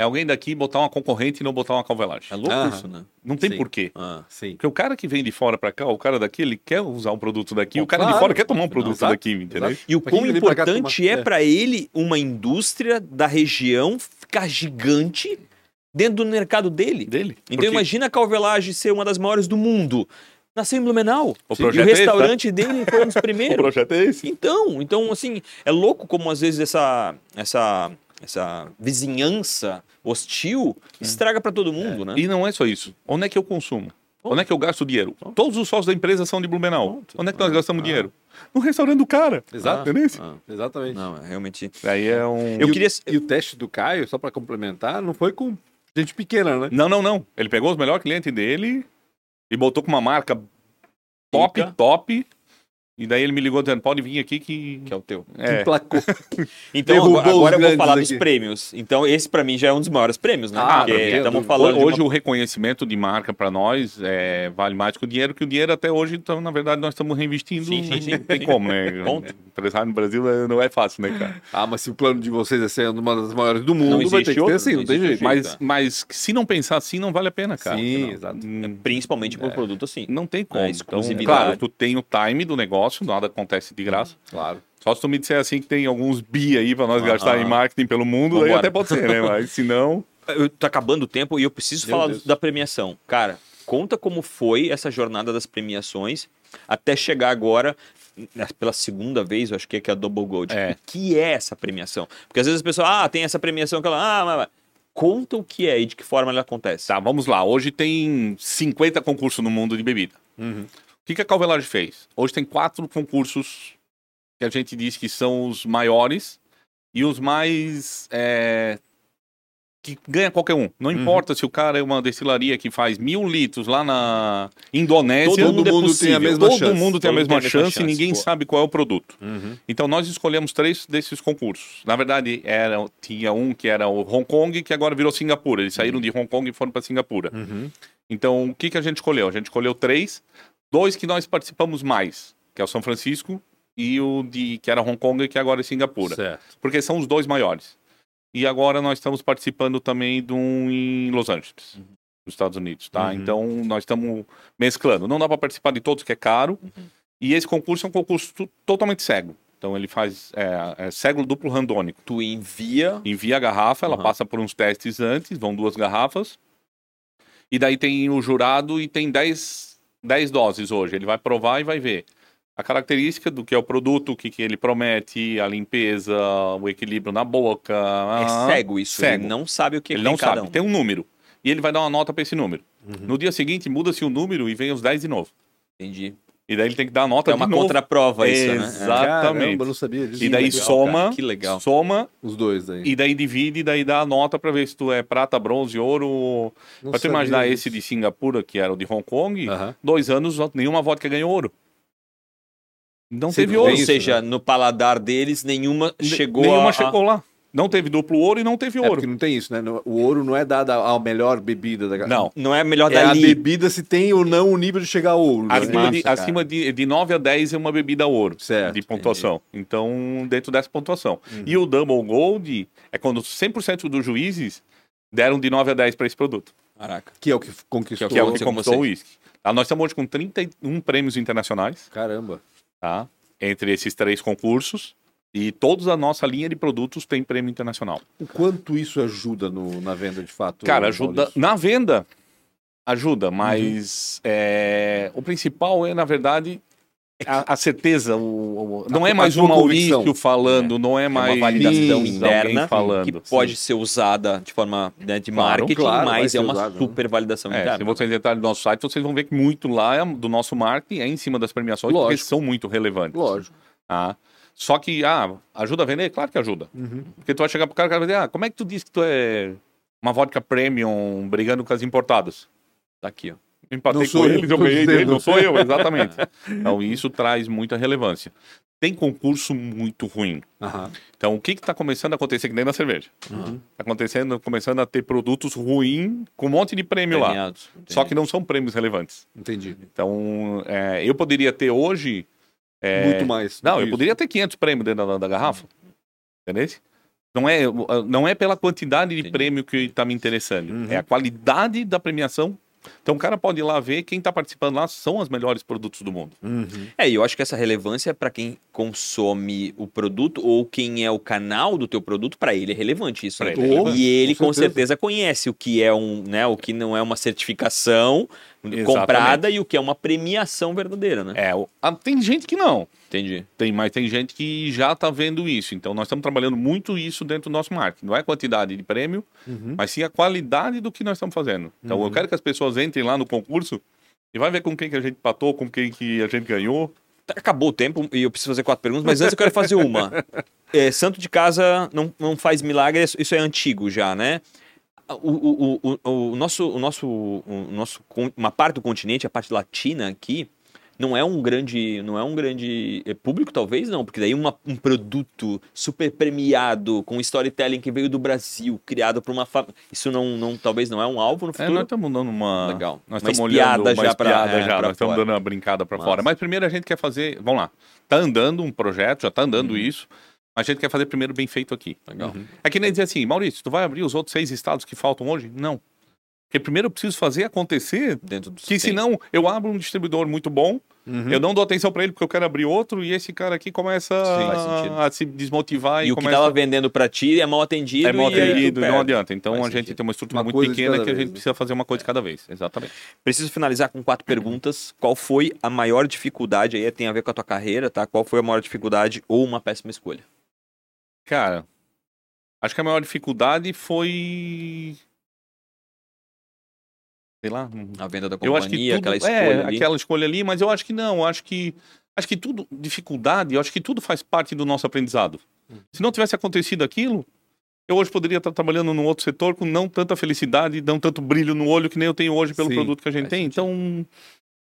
[SPEAKER 3] é alguém daqui botar uma concorrente e não botar uma calvelagem.
[SPEAKER 2] é louco
[SPEAKER 1] Aham.
[SPEAKER 2] isso, né?
[SPEAKER 3] Não tem
[SPEAKER 1] Sim.
[SPEAKER 3] porquê.
[SPEAKER 2] Ah.
[SPEAKER 1] Sim.
[SPEAKER 3] Porque o cara que vem de fora pra cá, o cara daqui, ele quer usar um produto daqui,
[SPEAKER 1] Bom,
[SPEAKER 3] o cara de
[SPEAKER 1] claro.
[SPEAKER 3] fora quer tomar um produto
[SPEAKER 1] Exato,
[SPEAKER 3] daqui, entendeu?
[SPEAKER 1] exato.
[SPEAKER 2] E o
[SPEAKER 1] Pra
[SPEAKER 2] quão
[SPEAKER 1] quem vem pra cá
[SPEAKER 2] importante
[SPEAKER 1] tomar-
[SPEAKER 2] é
[SPEAKER 1] é.
[SPEAKER 2] para ele uma indústria da região ficar gigante dentro do mercado dele.
[SPEAKER 3] Dele.
[SPEAKER 2] Então
[SPEAKER 3] Porque
[SPEAKER 2] imagina a Calvelage ser uma das maiores do mundo. Nasceu em Blumenau.
[SPEAKER 3] O
[SPEAKER 2] e
[SPEAKER 3] projeto
[SPEAKER 2] o
[SPEAKER 3] é esse, tá?
[SPEAKER 2] restaurante dele foi um dos
[SPEAKER 3] O
[SPEAKER 2] primeiros.
[SPEAKER 3] projeto é esse.
[SPEAKER 2] Então, então assim, é louco como às vezes essa essa essa
[SPEAKER 3] Hum.
[SPEAKER 2] vizinhança hostil estraga para todo mundo, né?
[SPEAKER 3] E não é só isso. Onde é que eu consumo? Onde é que eu gasto dinheiro? Todos os sócios da empresa são de Blumenau. Onde é que nós gastamos dinheiro? No restaurante do cara.
[SPEAKER 1] Exato.
[SPEAKER 3] Entendeu?
[SPEAKER 2] Ah,
[SPEAKER 1] Exatamente.
[SPEAKER 2] não, é realmente.
[SPEAKER 3] Aí é um.
[SPEAKER 2] Eu
[SPEAKER 1] é e
[SPEAKER 2] queria-
[SPEAKER 1] O, e o teste do Caio, só pra complementar, não foi com gente pequena, né?
[SPEAKER 3] Não, não, não. Ele pegou os melhores clientes dele e botou com uma marca top,
[SPEAKER 2] Pica.
[SPEAKER 3] top. E daí ele me ligou dizendo: pode vir aqui que.
[SPEAKER 2] Que é o teu.
[SPEAKER 3] É.
[SPEAKER 1] Emplacou.
[SPEAKER 2] Então,
[SPEAKER 1] Derrubou
[SPEAKER 2] agora,
[SPEAKER 1] os
[SPEAKER 2] agora eu vou
[SPEAKER 1] grandes
[SPEAKER 2] falar dos
[SPEAKER 1] aqui.
[SPEAKER 2] prêmios. Então, esse pra mim já é um dos maiores prêmios, né?
[SPEAKER 1] Ah,
[SPEAKER 2] Porque
[SPEAKER 1] pra mim é
[SPEAKER 2] estamos
[SPEAKER 1] do-
[SPEAKER 2] falando. de
[SPEAKER 3] hoje
[SPEAKER 2] uma-
[SPEAKER 3] o reconhecimento de marca para nós é, vale mais que o dinheiro, que o dinheiro até hoje, então, na verdade, nós estamos reinvestindo.
[SPEAKER 2] Sim, sim, sim,
[SPEAKER 3] não tem
[SPEAKER 2] sim.
[SPEAKER 3] como, né?
[SPEAKER 2] Ponto.
[SPEAKER 3] Empresário no Brasil é, não é fácil, né, cara?
[SPEAKER 1] Ah, mas se o plano de vocês é ser uma das maiores do mundo, vai
[SPEAKER 2] existe
[SPEAKER 1] ter que ser
[SPEAKER 2] outro,
[SPEAKER 1] assim, não,
[SPEAKER 2] não
[SPEAKER 1] tem
[SPEAKER 2] existe
[SPEAKER 1] jeito.
[SPEAKER 2] outro.
[SPEAKER 1] Mas
[SPEAKER 3] Mas, mas se não pensar assim, não vale a pena, cara.
[SPEAKER 1] Sim,
[SPEAKER 3] Não.
[SPEAKER 1] exato.
[SPEAKER 3] Hum,
[SPEAKER 2] Principalmente por produto assim.
[SPEAKER 3] Não tem como.
[SPEAKER 2] É,
[SPEAKER 3] Então,
[SPEAKER 2] exclusividade. Uhum.
[SPEAKER 3] claro, tu tem o time do negócio, nada acontece de graça.
[SPEAKER 1] Claro.
[SPEAKER 3] Só se tu me disser assim que tem alguns bi aí pra nós
[SPEAKER 2] Ah,
[SPEAKER 3] gastar em
[SPEAKER 2] ah.
[SPEAKER 3] marketing pelo mundo, aí
[SPEAKER 2] Vambora.
[SPEAKER 3] até pode ser, né? Mas se não.
[SPEAKER 2] Eu, tá acabando o tempo e eu preciso
[SPEAKER 1] Meu
[SPEAKER 2] falar
[SPEAKER 1] Deus.
[SPEAKER 2] da premiação. Cara, conta como foi essa jornada das premiações até chegar agora, né, pela segunda vez, eu acho que é, que é a Double Gold.
[SPEAKER 3] É.
[SPEAKER 2] O que é essa premiação? Porque às vezes as pessoas, ah, tem essa premiação que ela. Ah, mas, mas. Conta o que é e de que forma ela acontece.
[SPEAKER 3] Tá, vamos lá. Hoje tem 50 concursos no mundo de bebida. O que, que a Calvelage fez? Hoje tem quatro concursos que a gente diz que são os maiores e os mais. é, que ganha qualquer um. Não importa se o cara é uma destilaria que faz mil litros lá na Indonésia.
[SPEAKER 1] Todo mundo é possível.
[SPEAKER 3] Todo
[SPEAKER 1] chance.
[SPEAKER 3] mundo tem a
[SPEAKER 2] Todo
[SPEAKER 3] mesma
[SPEAKER 2] mundo tem a mesma
[SPEAKER 3] chance e
[SPEAKER 2] chance,
[SPEAKER 3] ninguém
[SPEAKER 2] pô.
[SPEAKER 3] sabe qual é o produto. Então nós escolhemos três desses concursos. Na verdade, era, tinha um que era o Hong Kong, que agora virou Singapura. Eles saíram de Hong Kong e foram para Singapura.
[SPEAKER 1] Uhum.
[SPEAKER 3] Então, o que, que a gente escolheu? A gente escolheu três, dois que nós participamos mais, que é o São Francisco e o de que era Hong Kong, que agora é Singapura.
[SPEAKER 1] Certo.
[SPEAKER 3] Porque são os dois maiores. E agora nós estamos participando também de um em Los Angeles, nos Estados Unidos, tá?
[SPEAKER 1] Uhum.
[SPEAKER 3] Então nós estamos mesclando. Não dá para participar de todos, que é caro.
[SPEAKER 1] Uhum.
[SPEAKER 3] E esse concurso é um concurso tu- totalmente cego. Então ele faz é, é cego duplo randônico.
[SPEAKER 2] Tu envia.
[SPEAKER 3] Envia a garrafa, ela
[SPEAKER 2] Uhum.
[SPEAKER 3] passa por uns testes antes, vão duas garrafas. E daí tem o jurado e tem 10, 10 doses hoje. Ele vai provar e vai ver a característica do que é o produto, o que, que ele promete, a limpeza, o equilíbrio na boca.
[SPEAKER 2] É cego isso,
[SPEAKER 3] cego.
[SPEAKER 2] ele não sabe o que
[SPEAKER 3] Ele
[SPEAKER 2] tem
[SPEAKER 3] não
[SPEAKER 2] cada
[SPEAKER 3] sabe,
[SPEAKER 2] um. Uhum.
[SPEAKER 3] tem um número. E ele vai dar uma nota para esse número. No dia seguinte, muda-se o número e vem os 10 de novo.
[SPEAKER 2] Entendi.
[SPEAKER 3] E daí ele tem que dar a nota
[SPEAKER 2] É uma
[SPEAKER 3] de um novo.
[SPEAKER 2] contraprova isso, né?
[SPEAKER 3] Exato.
[SPEAKER 1] Caramba, eu não sabia disso.
[SPEAKER 3] E daí
[SPEAKER 1] Legal,
[SPEAKER 3] soma,
[SPEAKER 2] cara, que legal.
[SPEAKER 3] soma
[SPEAKER 1] Os dois daí.
[SPEAKER 3] e daí divide, e daí dá a nota para ver se tu é prata, bronze, ouro.
[SPEAKER 1] Não
[SPEAKER 3] Pra tu
[SPEAKER 1] sabia
[SPEAKER 3] imaginar
[SPEAKER 1] disso.
[SPEAKER 3] esse de Singapura, que era o de Hong Kong,
[SPEAKER 1] Aham.
[SPEAKER 3] dois anos nenhuma vodka ganhou ouro. Não
[SPEAKER 1] Sim,
[SPEAKER 3] teve
[SPEAKER 1] tem
[SPEAKER 2] É. Ou
[SPEAKER 3] ouro.
[SPEAKER 1] isso,
[SPEAKER 2] seja, no paladar deles, nenhuma chegou
[SPEAKER 3] né? nenhuma
[SPEAKER 2] a...
[SPEAKER 3] chegou lá. Não teve duplo ouro e não teve
[SPEAKER 1] É
[SPEAKER 3] ouro.
[SPEAKER 1] porque não tem isso, né? No- O ouro não é dado à à melhor bebida da galera.
[SPEAKER 3] Não.
[SPEAKER 2] Não é a melhor
[SPEAKER 1] É a
[SPEAKER 2] dali.
[SPEAKER 1] bebida se tem ou não o nível de chegar ao ouro. né?
[SPEAKER 3] Acima,
[SPEAKER 2] massa,
[SPEAKER 3] de,
[SPEAKER 2] cara.
[SPEAKER 3] acima de, de 9 a 10 é uma bebida ouro
[SPEAKER 1] Certo, Uhum.
[SPEAKER 3] de pontuação. Então, dentro dessa pontuação. E o Double Gold é quando 100% dos juízes deram de 9 a 10 para esse produto,
[SPEAKER 2] Caraca.
[SPEAKER 1] Que é o que conquistou.
[SPEAKER 3] que é o
[SPEAKER 2] Você
[SPEAKER 3] que
[SPEAKER 2] como
[SPEAKER 3] conquistou o
[SPEAKER 2] você.
[SPEAKER 3] uísque. Tá, nós estamos hoje com 31 prêmios internacionais,
[SPEAKER 1] Caramba.
[SPEAKER 3] tá? entre esses três concursos. E toda a nossa linha de produtos tem prêmio internacional.
[SPEAKER 1] O quanto isso ajuda no- na venda de fato?
[SPEAKER 3] Cara, ajuda.
[SPEAKER 1] Maurício?
[SPEAKER 3] Na venda, ajuda, mas é, o principal é, na verdade, a, a certeza. o- o- não
[SPEAKER 1] A-
[SPEAKER 3] é mais
[SPEAKER 1] a
[SPEAKER 3] um
[SPEAKER 1] tua convicção.
[SPEAKER 3] Maurício falando, não é
[SPEAKER 2] uma
[SPEAKER 3] mais
[SPEAKER 2] validação
[SPEAKER 3] alguém
[SPEAKER 2] interna
[SPEAKER 3] falando.
[SPEAKER 2] que pode ser usada de forma né, de
[SPEAKER 3] Claro,
[SPEAKER 2] marketing,
[SPEAKER 1] claro, vai
[SPEAKER 2] mas
[SPEAKER 1] ser
[SPEAKER 2] é uma
[SPEAKER 1] usado, né?
[SPEAKER 2] super validação
[SPEAKER 3] É, se
[SPEAKER 2] interna.
[SPEAKER 3] vocês entrarem no nosso site, vocês vão ver que muito lá é do nosso marketing é em cima das premiações, porque
[SPEAKER 1] Lógico.
[SPEAKER 3] são muito relevantes.
[SPEAKER 1] Lógico.
[SPEAKER 3] Tá? Só que, ah, ajuda a vender? Claro que ajuda. Porque tu vai chegar pro cara e o cara vai dizer, ah, como é que tu diz que tu é uma vodka premium brigando com as importadas?
[SPEAKER 2] Tá aqui, ó.
[SPEAKER 3] Empatei
[SPEAKER 1] Não sou
[SPEAKER 3] com
[SPEAKER 1] eu,
[SPEAKER 3] eles, eu
[SPEAKER 1] tô
[SPEAKER 3] ganhei
[SPEAKER 1] dizendo.
[SPEAKER 3] dele, não sou eu, exatamente. Então isso traz muita relevância. Tem concurso muito ruim.
[SPEAKER 1] Aham.
[SPEAKER 3] Então o que está começando a acontecer que nem na cerveja? Está acontecendo, começando a ter produtos ruins com um monte de prêmio lá.
[SPEAKER 2] Premiados.
[SPEAKER 3] Só que não são prêmios relevantes.
[SPEAKER 1] Entendi.
[SPEAKER 3] Então é, eu poderia ter hoje... é,
[SPEAKER 1] Muito mais. do
[SPEAKER 3] Não,
[SPEAKER 1] que
[SPEAKER 3] eu
[SPEAKER 1] isso.
[SPEAKER 3] poderia ter 500 prêmios dentro da, da garrafa. Entendeu? Não é, não é pela quantidade de
[SPEAKER 2] Entendi.
[SPEAKER 3] prêmio que está me interessando.
[SPEAKER 1] Uhum.
[SPEAKER 3] É a qualidade da premiação. Então o cara pode ir lá ver quem está participando lá são os melhores produtos do mundo.
[SPEAKER 1] Uhum.
[SPEAKER 2] É, e eu acho que essa relevância para quem consome o produto ou quem é o canal do teu produto, para ele é relevante isso.
[SPEAKER 3] Pra
[SPEAKER 2] Né?
[SPEAKER 3] ele é relevante,
[SPEAKER 2] E ele
[SPEAKER 1] com
[SPEAKER 2] com
[SPEAKER 1] certeza.
[SPEAKER 2] certeza. conhece o que é um, né, o que não é uma certificação comprada e o que é uma premiação verdadeira, né?
[SPEAKER 3] É, o- ah, tem gente que não.
[SPEAKER 2] Entendi.
[SPEAKER 3] Tem, mas tem gente que já está vendo isso. Então nós estamos trabalhando muito isso dentro do nosso marketing. Não é a quantidade de prêmio,
[SPEAKER 1] Uhum.
[SPEAKER 3] Uhum. mas sim a qualidade do que nós estamos fazendo. Então eu quero que as pessoas entrem lá no concurso E vai ver com quem que a gente empatou, com quem que a gente ganhou.
[SPEAKER 2] Tá, Acabou o tempo e eu preciso fazer quatro perguntas, mas antes eu quero fazer uma. É, santo de casa não, não faz milagre, isso- isso é antigo já, né? O, o- o- o- o nosso, o nosso, o nosso, con- uma parte do continente, a parte latina aqui, não é um grande, não é um grande é, público talvez não, porque daí uma- um produto super premiado com storytelling que veio do Brasil, criado por uma família, isso não, não, talvez não é um alvo no
[SPEAKER 3] É,
[SPEAKER 2] futuro.
[SPEAKER 3] nós estamos dando uma.
[SPEAKER 2] Legal.
[SPEAKER 3] Nós
[SPEAKER 2] Uma
[SPEAKER 3] estamos
[SPEAKER 2] espiada
[SPEAKER 3] olhando uma
[SPEAKER 2] já pra-
[SPEAKER 3] espiada
[SPEAKER 2] é,
[SPEAKER 3] já.
[SPEAKER 2] pra
[SPEAKER 3] nós estamos
[SPEAKER 2] fora.
[SPEAKER 3] dando uma brincada pra
[SPEAKER 2] Massa.
[SPEAKER 3] fora. Mas primeiro a gente quer fazer. Vamos lá. Tá andando um projeto, já tá andando isso. Mas a gente quer fazer primeiro bem feito aqui.
[SPEAKER 2] Uhum. Legal.
[SPEAKER 3] É que nem dizer assim, Maurício, tu vai abrir os outros seis estados que faltam hoje? Não. Porque primeiro eu preciso fazer acontecer.
[SPEAKER 2] Dentro do
[SPEAKER 3] Que senão eu abro um distribuidor muito bom,
[SPEAKER 2] Uhum.
[SPEAKER 1] uhum.
[SPEAKER 3] eu não dou atenção pra ele porque eu quero abrir outro e esse cara aqui começa
[SPEAKER 2] Sim, faz sentido.
[SPEAKER 3] a se desmotivar e,
[SPEAKER 2] e o que
[SPEAKER 3] começa
[SPEAKER 2] tava vendendo pra ti é mal atendido.
[SPEAKER 3] é mal
[SPEAKER 2] e aí tu
[SPEAKER 3] atendido, não
[SPEAKER 2] perde.
[SPEAKER 3] adianta. Então
[SPEAKER 2] Faz
[SPEAKER 3] a gente
[SPEAKER 2] sentido.
[SPEAKER 3] tem uma estrutura
[SPEAKER 1] Uma
[SPEAKER 3] muito
[SPEAKER 1] coisa de
[SPEAKER 3] pequena
[SPEAKER 1] cada
[SPEAKER 3] que a
[SPEAKER 1] vez,
[SPEAKER 3] gente
[SPEAKER 1] né?
[SPEAKER 3] precisa fazer uma coisa de cada vez. Exatamente.
[SPEAKER 2] Preciso finalizar com quatro perguntas. Qual foi a maior dificuldade aí? Tem a ver com a tua carreira, tá? Qual foi a maior dificuldade ou uma péssima escolha?
[SPEAKER 3] Cara, acho que a maior dificuldade foi. Sei lá. não-
[SPEAKER 2] A venda da
[SPEAKER 3] Eu acho que
[SPEAKER 2] companhia,
[SPEAKER 3] tudo-
[SPEAKER 2] aquela escolha
[SPEAKER 3] é,
[SPEAKER 2] ali.
[SPEAKER 3] aquela escolha ali, mas eu acho que não, eu acho que acho que tudo dificuldade, eu acho que tudo faz parte do nosso aprendizado.
[SPEAKER 2] Hum.
[SPEAKER 3] Se não tivesse acontecido aquilo, eu hoje poderia estar trabalhando num outro setor com não tanta felicidade, não tanto brilho no olho que nem eu tenho hoje pelo
[SPEAKER 1] Sim,
[SPEAKER 3] produto que a gente
[SPEAKER 2] faz
[SPEAKER 3] tem.
[SPEAKER 2] sentido.
[SPEAKER 3] Então,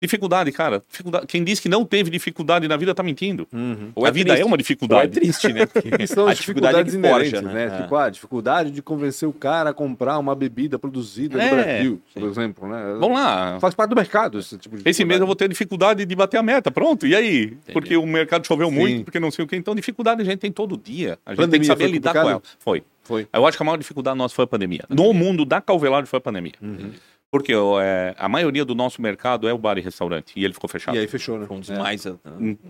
[SPEAKER 3] dificuldade, cara. Dificuldade. Quem diz que não teve dificuldade na vida tá mentindo.
[SPEAKER 1] Uhum.
[SPEAKER 2] Ou
[SPEAKER 3] a vida
[SPEAKER 2] triste,
[SPEAKER 3] é uma
[SPEAKER 2] ou é
[SPEAKER 3] dificuldade.
[SPEAKER 2] triste, né?
[SPEAKER 1] Que são
[SPEAKER 2] A
[SPEAKER 1] as dificuldades
[SPEAKER 2] dificuldade que
[SPEAKER 1] inerentes,
[SPEAKER 2] forja,
[SPEAKER 1] né?
[SPEAKER 2] né? É.
[SPEAKER 1] Tipo, a dificuldade de convencer o cara a comprar uma bebida produzida
[SPEAKER 3] É,
[SPEAKER 1] no Brasil, por
[SPEAKER 2] sim.
[SPEAKER 1] exemplo, né?
[SPEAKER 3] Vamos lá.
[SPEAKER 1] Faz parte do mercado esse tipo de
[SPEAKER 3] Esse mês eu vou ter dificuldade de bater a meta, pronto. E aí? Porque o mercado choveu
[SPEAKER 1] Sim.
[SPEAKER 3] muito, porque não sei o quê. Então, dificuldade a gente tem todo dia. A gente tem que
[SPEAKER 1] Pandemia
[SPEAKER 3] saber
[SPEAKER 1] foi
[SPEAKER 3] lidar com
[SPEAKER 1] complicado?
[SPEAKER 3] ela. Foi.
[SPEAKER 1] Foi.
[SPEAKER 3] Eu acho que a maior dificuldade nossa foi a pandemia. No mundo da Calvelário foi a pandemia.
[SPEAKER 1] Uhum.
[SPEAKER 3] Porque ó, é, a maioria do nosso mercado é o bar e restaurante. E ele ficou fechado.
[SPEAKER 1] E
[SPEAKER 3] E,
[SPEAKER 1] aí fechou, né?
[SPEAKER 2] Foi um dos
[SPEAKER 1] É.
[SPEAKER 2] mais, uh,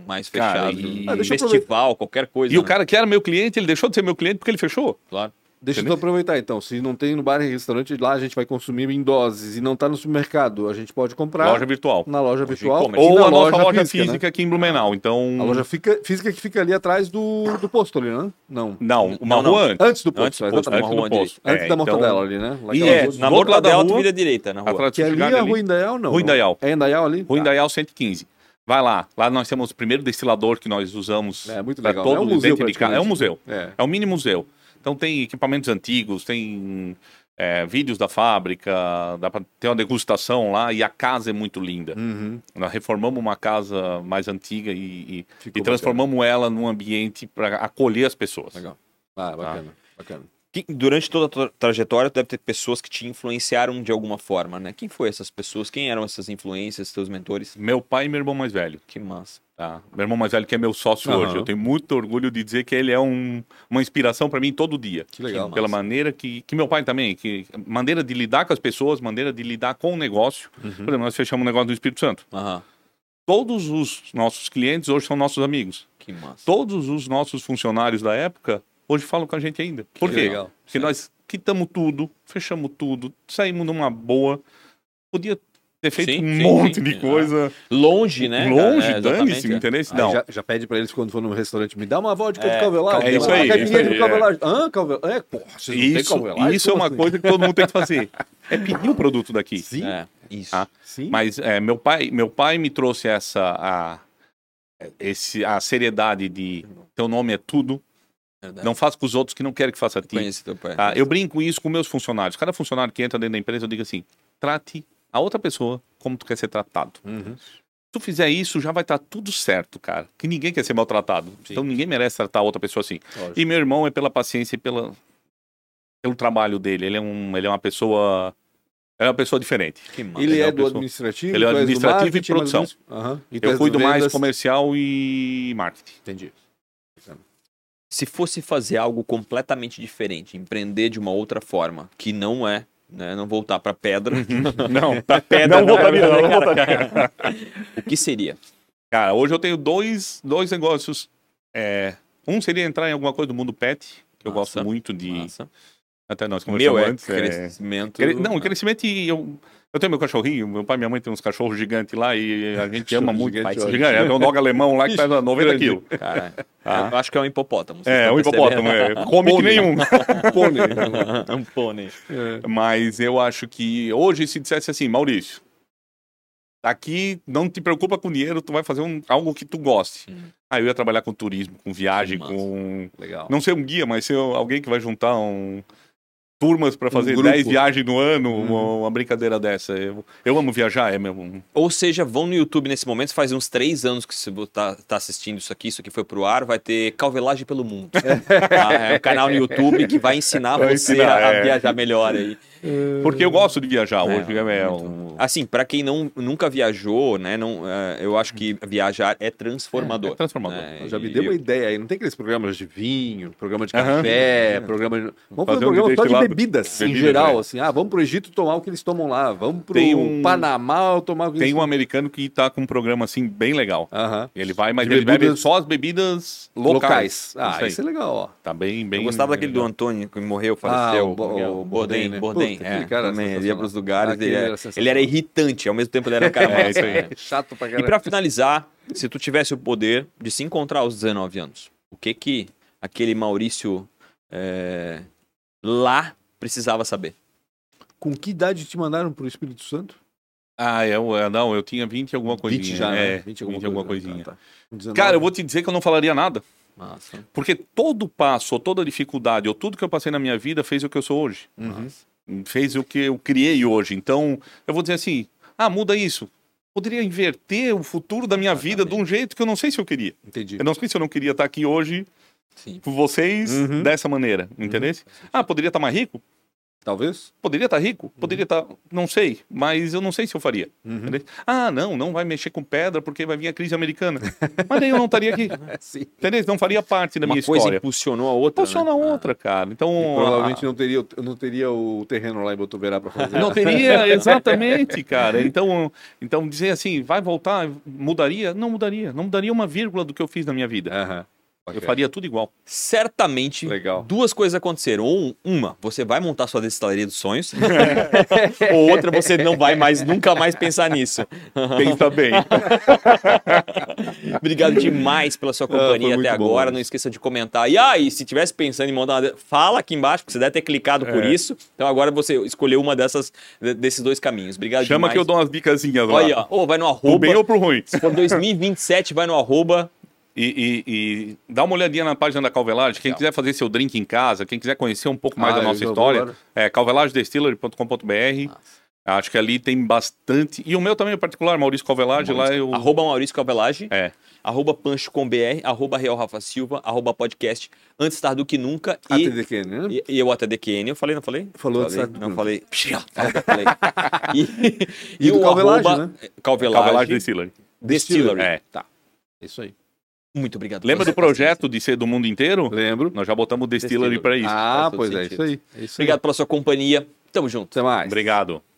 [SPEAKER 2] mais
[SPEAKER 3] Hum, Cara,
[SPEAKER 2] fechados.
[SPEAKER 3] e-
[SPEAKER 1] Ah, deixa eu
[SPEAKER 2] Festival, qualquer coisa.
[SPEAKER 3] o
[SPEAKER 1] é.
[SPEAKER 2] né?
[SPEAKER 3] cara que era meu cliente, ele deixou de ser meu cliente porque ele fechou.
[SPEAKER 2] Claro.
[SPEAKER 1] Deixa eu
[SPEAKER 3] Entendeu?
[SPEAKER 1] aproveitar então. Se não tem no bar e restaurante, lá a gente vai consumir em doses e não tá no supermercado, a gente pode comprar
[SPEAKER 3] Loja virtual. é?
[SPEAKER 1] na loja virtual
[SPEAKER 2] e-commerce.
[SPEAKER 1] e
[SPEAKER 3] Ou
[SPEAKER 1] na
[SPEAKER 3] a nossa loja física,
[SPEAKER 1] né?
[SPEAKER 3] aqui em Blumenau. Então.
[SPEAKER 1] A loja fica- física que fica ali atrás do, do posto ali, né? Não.
[SPEAKER 3] Não, uma
[SPEAKER 2] Não, não.
[SPEAKER 3] rua antes.
[SPEAKER 1] Antes do posto,
[SPEAKER 2] Antes do posto,
[SPEAKER 1] exatamente.
[SPEAKER 2] uma
[SPEAKER 3] Antes
[SPEAKER 2] rua
[SPEAKER 3] do
[SPEAKER 2] direita.
[SPEAKER 3] posto.
[SPEAKER 1] Antes
[SPEAKER 3] É,
[SPEAKER 1] da mortadela
[SPEAKER 3] então,
[SPEAKER 1] ali, né? Lá
[SPEAKER 3] E
[SPEAKER 1] aquela
[SPEAKER 3] é,
[SPEAKER 1] rua-
[SPEAKER 2] Na
[SPEAKER 3] Do outro
[SPEAKER 2] borda
[SPEAKER 3] lado da
[SPEAKER 2] dela, tu
[SPEAKER 3] rua-
[SPEAKER 2] vira direita na rua.
[SPEAKER 3] Atrás do
[SPEAKER 1] Que ali
[SPEAKER 3] Sushi
[SPEAKER 1] é
[SPEAKER 3] Garden
[SPEAKER 1] a
[SPEAKER 3] ali.
[SPEAKER 1] Rua Indaial, não?
[SPEAKER 3] Rua Indaial.
[SPEAKER 1] É Indaial ali?
[SPEAKER 3] Rua
[SPEAKER 1] Tá.
[SPEAKER 3] Indaial 115. Vai lá. Lá nós temos o primeiro destilador que nós usamos.
[SPEAKER 1] É muito
[SPEAKER 3] pra
[SPEAKER 1] legal.
[SPEAKER 3] Todo
[SPEAKER 1] É um museu
[SPEAKER 3] dentro de casa. É um
[SPEAKER 1] praticamente.
[SPEAKER 3] museu.
[SPEAKER 1] É.
[SPEAKER 3] É um mini museu. Então tem equipamentos antigos, tem é, vídeos da fábrica, dá pra ter uma degustação lá e a casa é muito linda.
[SPEAKER 1] Uhum.
[SPEAKER 3] Nós reformamos uma casa mais antiga e, e-
[SPEAKER 1] Ficou
[SPEAKER 3] e transformamos ela num ambiente para acolher as pessoas.
[SPEAKER 1] Legal. bacana.
[SPEAKER 3] Tá.
[SPEAKER 1] Ah, bacana. Bacana.
[SPEAKER 2] Que- durante toda a tua trajetória, tu deve ter pessoas que te influenciaram de alguma forma, né? Quem foi essas pessoas? Quem eram essas influências, teus mentores?
[SPEAKER 3] Meu pai e meu irmão mais velho.
[SPEAKER 2] Que massa.
[SPEAKER 3] tá? Meu irmão mais velho que é meu sócio
[SPEAKER 1] Aham.
[SPEAKER 3] hoje. Eu tenho muito orgulho de dizer que ele é um- uma inspiração para mim todo dia.
[SPEAKER 1] Que legal.
[SPEAKER 3] pela maneira que, que meu pai também, que maneira de lidar com as pessoas, maneira de lidar com o negócio. Por exemplo, nós fechamos um negócio do Espírito Santo.
[SPEAKER 2] Aham.
[SPEAKER 3] Todos os nossos clientes hoje são nossos amigos.
[SPEAKER 2] Que massa.
[SPEAKER 3] Todos os nossos funcionários da época hoje falam com a gente ainda. Por quê?
[SPEAKER 1] legal.
[SPEAKER 3] Porque nós quitamos tudo, fechamos tudo, saímos numa boa. Podia ter feito
[SPEAKER 2] Sim,
[SPEAKER 3] um
[SPEAKER 2] sim,
[SPEAKER 3] monte
[SPEAKER 2] sim,
[SPEAKER 3] de
[SPEAKER 2] sim.
[SPEAKER 3] coisa
[SPEAKER 2] Longe, né?
[SPEAKER 3] longe,
[SPEAKER 2] cara? É,
[SPEAKER 3] dane-se,
[SPEAKER 2] exatamente, é.
[SPEAKER 3] entendeu?
[SPEAKER 1] Aí
[SPEAKER 3] Não,
[SPEAKER 1] já, já pede pra eles quando for no restaurante, me dá uma vodka
[SPEAKER 2] É,
[SPEAKER 1] de calvelagem.
[SPEAKER 3] é isso aí,
[SPEAKER 1] Uma caipirinha
[SPEAKER 3] isso aí,
[SPEAKER 1] de calvelagem. Hã, calvelagem? É, porra, vocês não têm
[SPEAKER 3] isso,
[SPEAKER 1] calvelagem?
[SPEAKER 3] isso é
[SPEAKER 1] Como
[SPEAKER 3] uma
[SPEAKER 1] assim?
[SPEAKER 3] coisa que todo mundo tem que fazer. É pedir o produto daqui.
[SPEAKER 1] Sim,
[SPEAKER 2] É, isso.
[SPEAKER 3] Ah.
[SPEAKER 1] sim.
[SPEAKER 3] Mas é, meu pai, meu pai me trouxe essa a, esse, a seriedade de teu nome é tudo.
[SPEAKER 2] Verdade.
[SPEAKER 1] É.
[SPEAKER 3] Não faça com os outros que não querem que faça a ti.
[SPEAKER 2] Conheci teu pai.
[SPEAKER 3] Tá? Eu brinco isso com meus funcionários. Cada funcionário que entra dentro da empresa, eu digo assim: trate a outra pessoa como tu quer ser tratado.
[SPEAKER 1] Uhum.
[SPEAKER 3] Se tu fizer isso, já vai estar tudo certo, cara. Que ninguém quer ser maltratado. Então ninguém merece tratar a outra pessoa assim.
[SPEAKER 1] Lógico.
[SPEAKER 3] E meu irmão é pela paciência e pela, pelo trabalho dele. Ele é, um, ele é uma pessoa. É uma pessoa diferente.
[SPEAKER 2] Que massa.
[SPEAKER 1] Ele é do
[SPEAKER 3] pessoa.
[SPEAKER 1] administrativo?
[SPEAKER 3] Ele
[SPEAKER 1] tu
[SPEAKER 3] é
[SPEAKER 1] és do
[SPEAKER 3] administrativo e
[SPEAKER 1] marketing, mais ou menos? Aham. E tu és
[SPEAKER 3] Eu
[SPEAKER 1] do
[SPEAKER 3] cuido mais é-
[SPEAKER 1] vendas?
[SPEAKER 3] comercial e marketing.
[SPEAKER 1] Entendi.
[SPEAKER 2] Se fosse fazer algo completamente diferente, empreender de uma outra forma, que não é, né? Não voltar pra pedra.
[SPEAKER 3] Não,
[SPEAKER 2] pra pedra
[SPEAKER 3] Não voltaria, não
[SPEAKER 2] cara? o que seria?
[SPEAKER 3] cara, hoje eu tenho dois, dois negócios. É, um seria entrar em alguma coisa do mundo pet, que eu
[SPEAKER 2] Massa,
[SPEAKER 3] gosto muito de.
[SPEAKER 2] Massa.
[SPEAKER 3] Até nós conversamos
[SPEAKER 2] Meu é né?
[SPEAKER 3] antes. é.
[SPEAKER 2] crescimento.
[SPEAKER 3] Cre- Não, crescimento e eu. Eu tenho meu cachorrinho, meu pai e minha mãe tem uns cachorros gigantes lá e a gente ama
[SPEAKER 1] Cachorro
[SPEAKER 3] muito.
[SPEAKER 1] gigante,
[SPEAKER 3] Pai,
[SPEAKER 1] ótimo.
[SPEAKER 3] gigante, é um dog alemão lá que pesa 90
[SPEAKER 1] grande.
[SPEAKER 3] quilos.
[SPEAKER 2] Caralho.
[SPEAKER 3] Ah.
[SPEAKER 2] Eu acho que é um hipopótamo. vocês
[SPEAKER 3] É,
[SPEAKER 2] estão
[SPEAKER 3] um hipopótamo,
[SPEAKER 2] percebendo.
[SPEAKER 3] é. Come que nenhum.
[SPEAKER 1] Pônei.
[SPEAKER 2] um pônei.
[SPEAKER 1] É.
[SPEAKER 3] Mas eu acho que hoje, se dissesse assim, Maurício, aqui não te preocupa com dinheiro, tu vai fazer um, algo que tu goste. Aí eu ia trabalhar com turismo, com viagem,
[SPEAKER 2] Massa.
[SPEAKER 3] com.
[SPEAKER 1] Legal.
[SPEAKER 3] Não ser um guia, mas ser alguém que vai juntar um. Turmas para fazer
[SPEAKER 1] grupo.
[SPEAKER 3] 10 viagens no ano, uma, uma brincadeira dessa. Eu, eu amo viajar, é meu.
[SPEAKER 2] Ou seja, vão no YouTube nesse momento, faz uns três anos que você tá, tá assistindo isso aqui, isso aqui foi pro ar, vai ter Calvelagem pelo Mundo. Tá? É um canal no YouTube que vai ensinar
[SPEAKER 3] Vai
[SPEAKER 2] você
[SPEAKER 3] ensinar,
[SPEAKER 2] a, a
[SPEAKER 3] é.
[SPEAKER 2] viajar melhor aí.
[SPEAKER 3] Porque eu gosto de viajar hoje. É, é
[SPEAKER 2] muito.
[SPEAKER 3] um-
[SPEAKER 2] Assim, pra quem não, nunca viajou, né, não, é, eu acho que viajar é transformador.
[SPEAKER 3] É transformador.
[SPEAKER 2] né?
[SPEAKER 1] Já me
[SPEAKER 2] E-
[SPEAKER 1] deu uma ideia aí. Não tem aqueles programas de vinho, programa de
[SPEAKER 3] Aham.
[SPEAKER 1] café, programa de. Vamos fazer,
[SPEAKER 3] Fazer um
[SPEAKER 1] um programa só de
[SPEAKER 3] destilado.
[SPEAKER 1] bebidas, em
[SPEAKER 3] Bebidas,
[SPEAKER 1] geral,
[SPEAKER 3] é.
[SPEAKER 1] assim. Ah, vamos pro Egito tomar o que eles tomam lá. Vamos pro
[SPEAKER 3] Tem um-
[SPEAKER 1] Panamá tomar o que eles
[SPEAKER 3] Tem um americano que tá com um programa assim bem legal.
[SPEAKER 1] Aham.
[SPEAKER 3] Ele vai, mas
[SPEAKER 1] Ah. De
[SPEAKER 3] ele bebe
[SPEAKER 1] bebidas-
[SPEAKER 3] só as bebidas locais.
[SPEAKER 1] Locais. Ah,
[SPEAKER 3] Isso aí.
[SPEAKER 1] isso é legal, ó.
[SPEAKER 3] Tá bem, bem.
[SPEAKER 2] Eu gostava daquele do Antônio que morreu, faleceu.
[SPEAKER 1] Ah, o Bo-
[SPEAKER 2] como que é?
[SPEAKER 1] o Bourdain, né?
[SPEAKER 2] Bourdain,
[SPEAKER 1] Puta,
[SPEAKER 2] é,
[SPEAKER 1] aquele cara
[SPEAKER 2] também, ele ia
[SPEAKER 1] sensacional.
[SPEAKER 2] pros lugares,
[SPEAKER 1] Aquele
[SPEAKER 2] ele
[SPEAKER 1] era
[SPEAKER 2] era, ele era
[SPEAKER 1] sensacional.
[SPEAKER 2] irritante, ao mesmo tempo ele era um cara
[SPEAKER 3] É,
[SPEAKER 2] mais...
[SPEAKER 3] isso aí.
[SPEAKER 1] Chato pra
[SPEAKER 2] E
[SPEAKER 1] caralho.
[SPEAKER 2] pra finalizar, se tu tivesse o poder de se encontrar aos 19 anos, o que que aquele Maurício é, lá precisava saber?
[SPEAKER 1] Com que idade te mandaram pro Espírito Santo?
[SPEAKER 3] Ah, eu, é, não, eu tinha 20 e alguma coisinha.
[SPEAKER 1] 20 já,
[SPEAKER 3] é,
[SPEAKER 1] né?
[SPEAKER 3] 20 e alguma coisinha.
[SPEAKER 1] Tá, tá. Com 19.
[SPEAKER 3] Cara, eu vou te dizer que eu não falaria nada.
[SPEAKER 2] Massa.
[SPEAKER 3] Porque todo passo, ou toda dificuldade, ou tudo que eu passei na minha vida fez o que eu sou hoje.
[SPEAKER 1] Uhum.
[SPEAKER 3] Fez o que eu criei hoje. Então, eu vou dizer assim: ah, muda isso. Poderia inverter o futuro da minha vida de um jeito que eu não sei se eu queria.
[SPEAKER 1] Entendi.
[SPEAKER 3] Eu não sei se eu não queria estar aqui hoje
[SPEAKER 2] Sim.
[SPEAKER 3] com vocês
[SPEAKER 1] Uhum.
[SPEAKER 3] dessa maneira, entendeu? Ah, poderia estar mais rico?
[SPEAKER 1] Talvez?
[SPEAKER 3] Poderia estar rico? Poderia estar. Não sei, mas eu não sei se eu faria. entendeu? Ah, não, não vai mexer com pedra porque vai vir a crise americana. mas daí eu não estaria aqui.
[SPEAKER 1] É, sim.
[SPEAKER 3] Entendeu? Não faria parte da
[SPEAKER 2] Uma
[SPEAKER 3] minha
[SPEAKER 2] coisa
[SPEAKER 3] história.
[SPEAKER 2] impulsionou a outra.
[SPEAKER 3] Impulsiona
[SPEAKER 2] né?
[SPEAKER 3] na outra, cara. Então.
[SPEAKER 1] Provavelmente não teria, o- não teria o terreno lá em Botuverá pra fazer.
[SPEAKER 3] a- ah, Não teria, exatamente, cara. Então, então, dizer assim, vai voltar, mudaria? Não mudaria. Não mudaria uma vírgula do que eu fiz na minha vida.
[SPEAKER 1] Aham.
[SPEAKER 3] Eu faria tudo igual.
[SPEAKER 2] Certamente,
[SPEAKER 1] Legal.
[SPEAKER 2] duas coisas aconteceram. Ou uma, você vai montar sua destilaria dos sonhos. ou outra, você não vai mais, nunca mais pensar nisso.
[SPEAKER 3] Pensa bem.
[SPEAKER 2] Obrigado demais pela sua
[SPEAKER 1] Ah, foi
[SPEAKER 2] companhia até
[SPEAKER 1] muito bom,
[SPEAKER 2] agora.
[SPEAKER 1] Maurício.
[SPEAKER 2] Não esqueça de comentar. E aí, se tivesse pensando em montar uma... de- Fala aqui embaixo, porque você deve ter clicado por
[SPEAKER 3] É.
[SPEAKER 2] isso. Então agora você escolheu uma dessas, de- desses dois caminhos. Obrigado
[SPEAKER 3] Chama
[SPEAKER 2] demais.
[SPEAKER 3] que eu dou umas bicasinhas lá.
[SPEAKER 2] Olha, ou vai no
[SPEAKER 3] Pro bem
[SPEAKER 2] arroba.
[SPEAKER 3] ou pro ruim.
[SPEAKER 2] Por 2027, vai no arroba.
[SPEAKER 3] E, e- e dá uma olhadinha na página da Calvelage. Quem quiser fazer seu drink em casa, quem quiser conhecer um pouco mais
[SPEAKER 1] Ah,
[SPEAKER 3] da
[SPEAKER 1] eu
[SPEAKER 3] nossa
[SPEAKER 1] já vou
[SPEAKER 3] história,
[SPEAKER 1] agora.
[SPEAKER 3] é calvelagedestillery.com.br. Acho que ali tem bastante. E o meu também, em particular, Maurício Calvelage, lá eu.
[SPEAKER 2] Arroba Maurício Calvelage.
[SPEAKER 3] É.
[SPEAKER 2] Arroba Pancho com BR. Arroba Real Rafa Silva. Arroba podcast. Antes tarde do que nunca.
[SPEAKER 1] A
[SPEAKER 2] e-
[SPEAKER 1] TDQ, né?
[SPEAKER 2] E, e eu até DQN, eu falei, não falei?
[SPEAKER 1] Falou antes
[SPEAKER 2] falei,
[SPEAKER 1] da-
[SPEAKER 2] Não falei. Falta, falei. E,
[SPEAKER 1] E do
[SPEAKER 2] o
[SPEAKER 1] Calvelage,
[SPEAKER 2] arroba- Calvelage,
[SPEAKER 3] Calvelage Distillery.
[SPEAKER 2] Distillery.
[SPEAKER 3] É.
[SPEAKER 1] Tá. Isso aí.
[SPEAKER 2] Muito obrigado.
[SPEAKER 3] Lembra
[SPEAKER 2] pela
[SPEAKER 3] do
[SPEAKER 2] sua paciência.
[SPEAKER 3] projeto de ser do mundo inteiro?
[SPEAKER 1] tá Lembro.
[SPEAKER 3] Nós já botamos o Distillery
[SPEAKER 2] Distillery.
[SPEAKER 3] para isso.
[SPEAKER 1] ah,
[SPEAKER 2] faz todo
[SPEAKER 1] pois é,
[SPEAKER 2] sentido.
[SPEAKER 1] isso aí. É isso aí.
[SPEAKER 2] Obrigado pela sua companhia. Tamo junto.
[SPEAKER 1] Até mais.
[SPEAKER 3] Obrigado.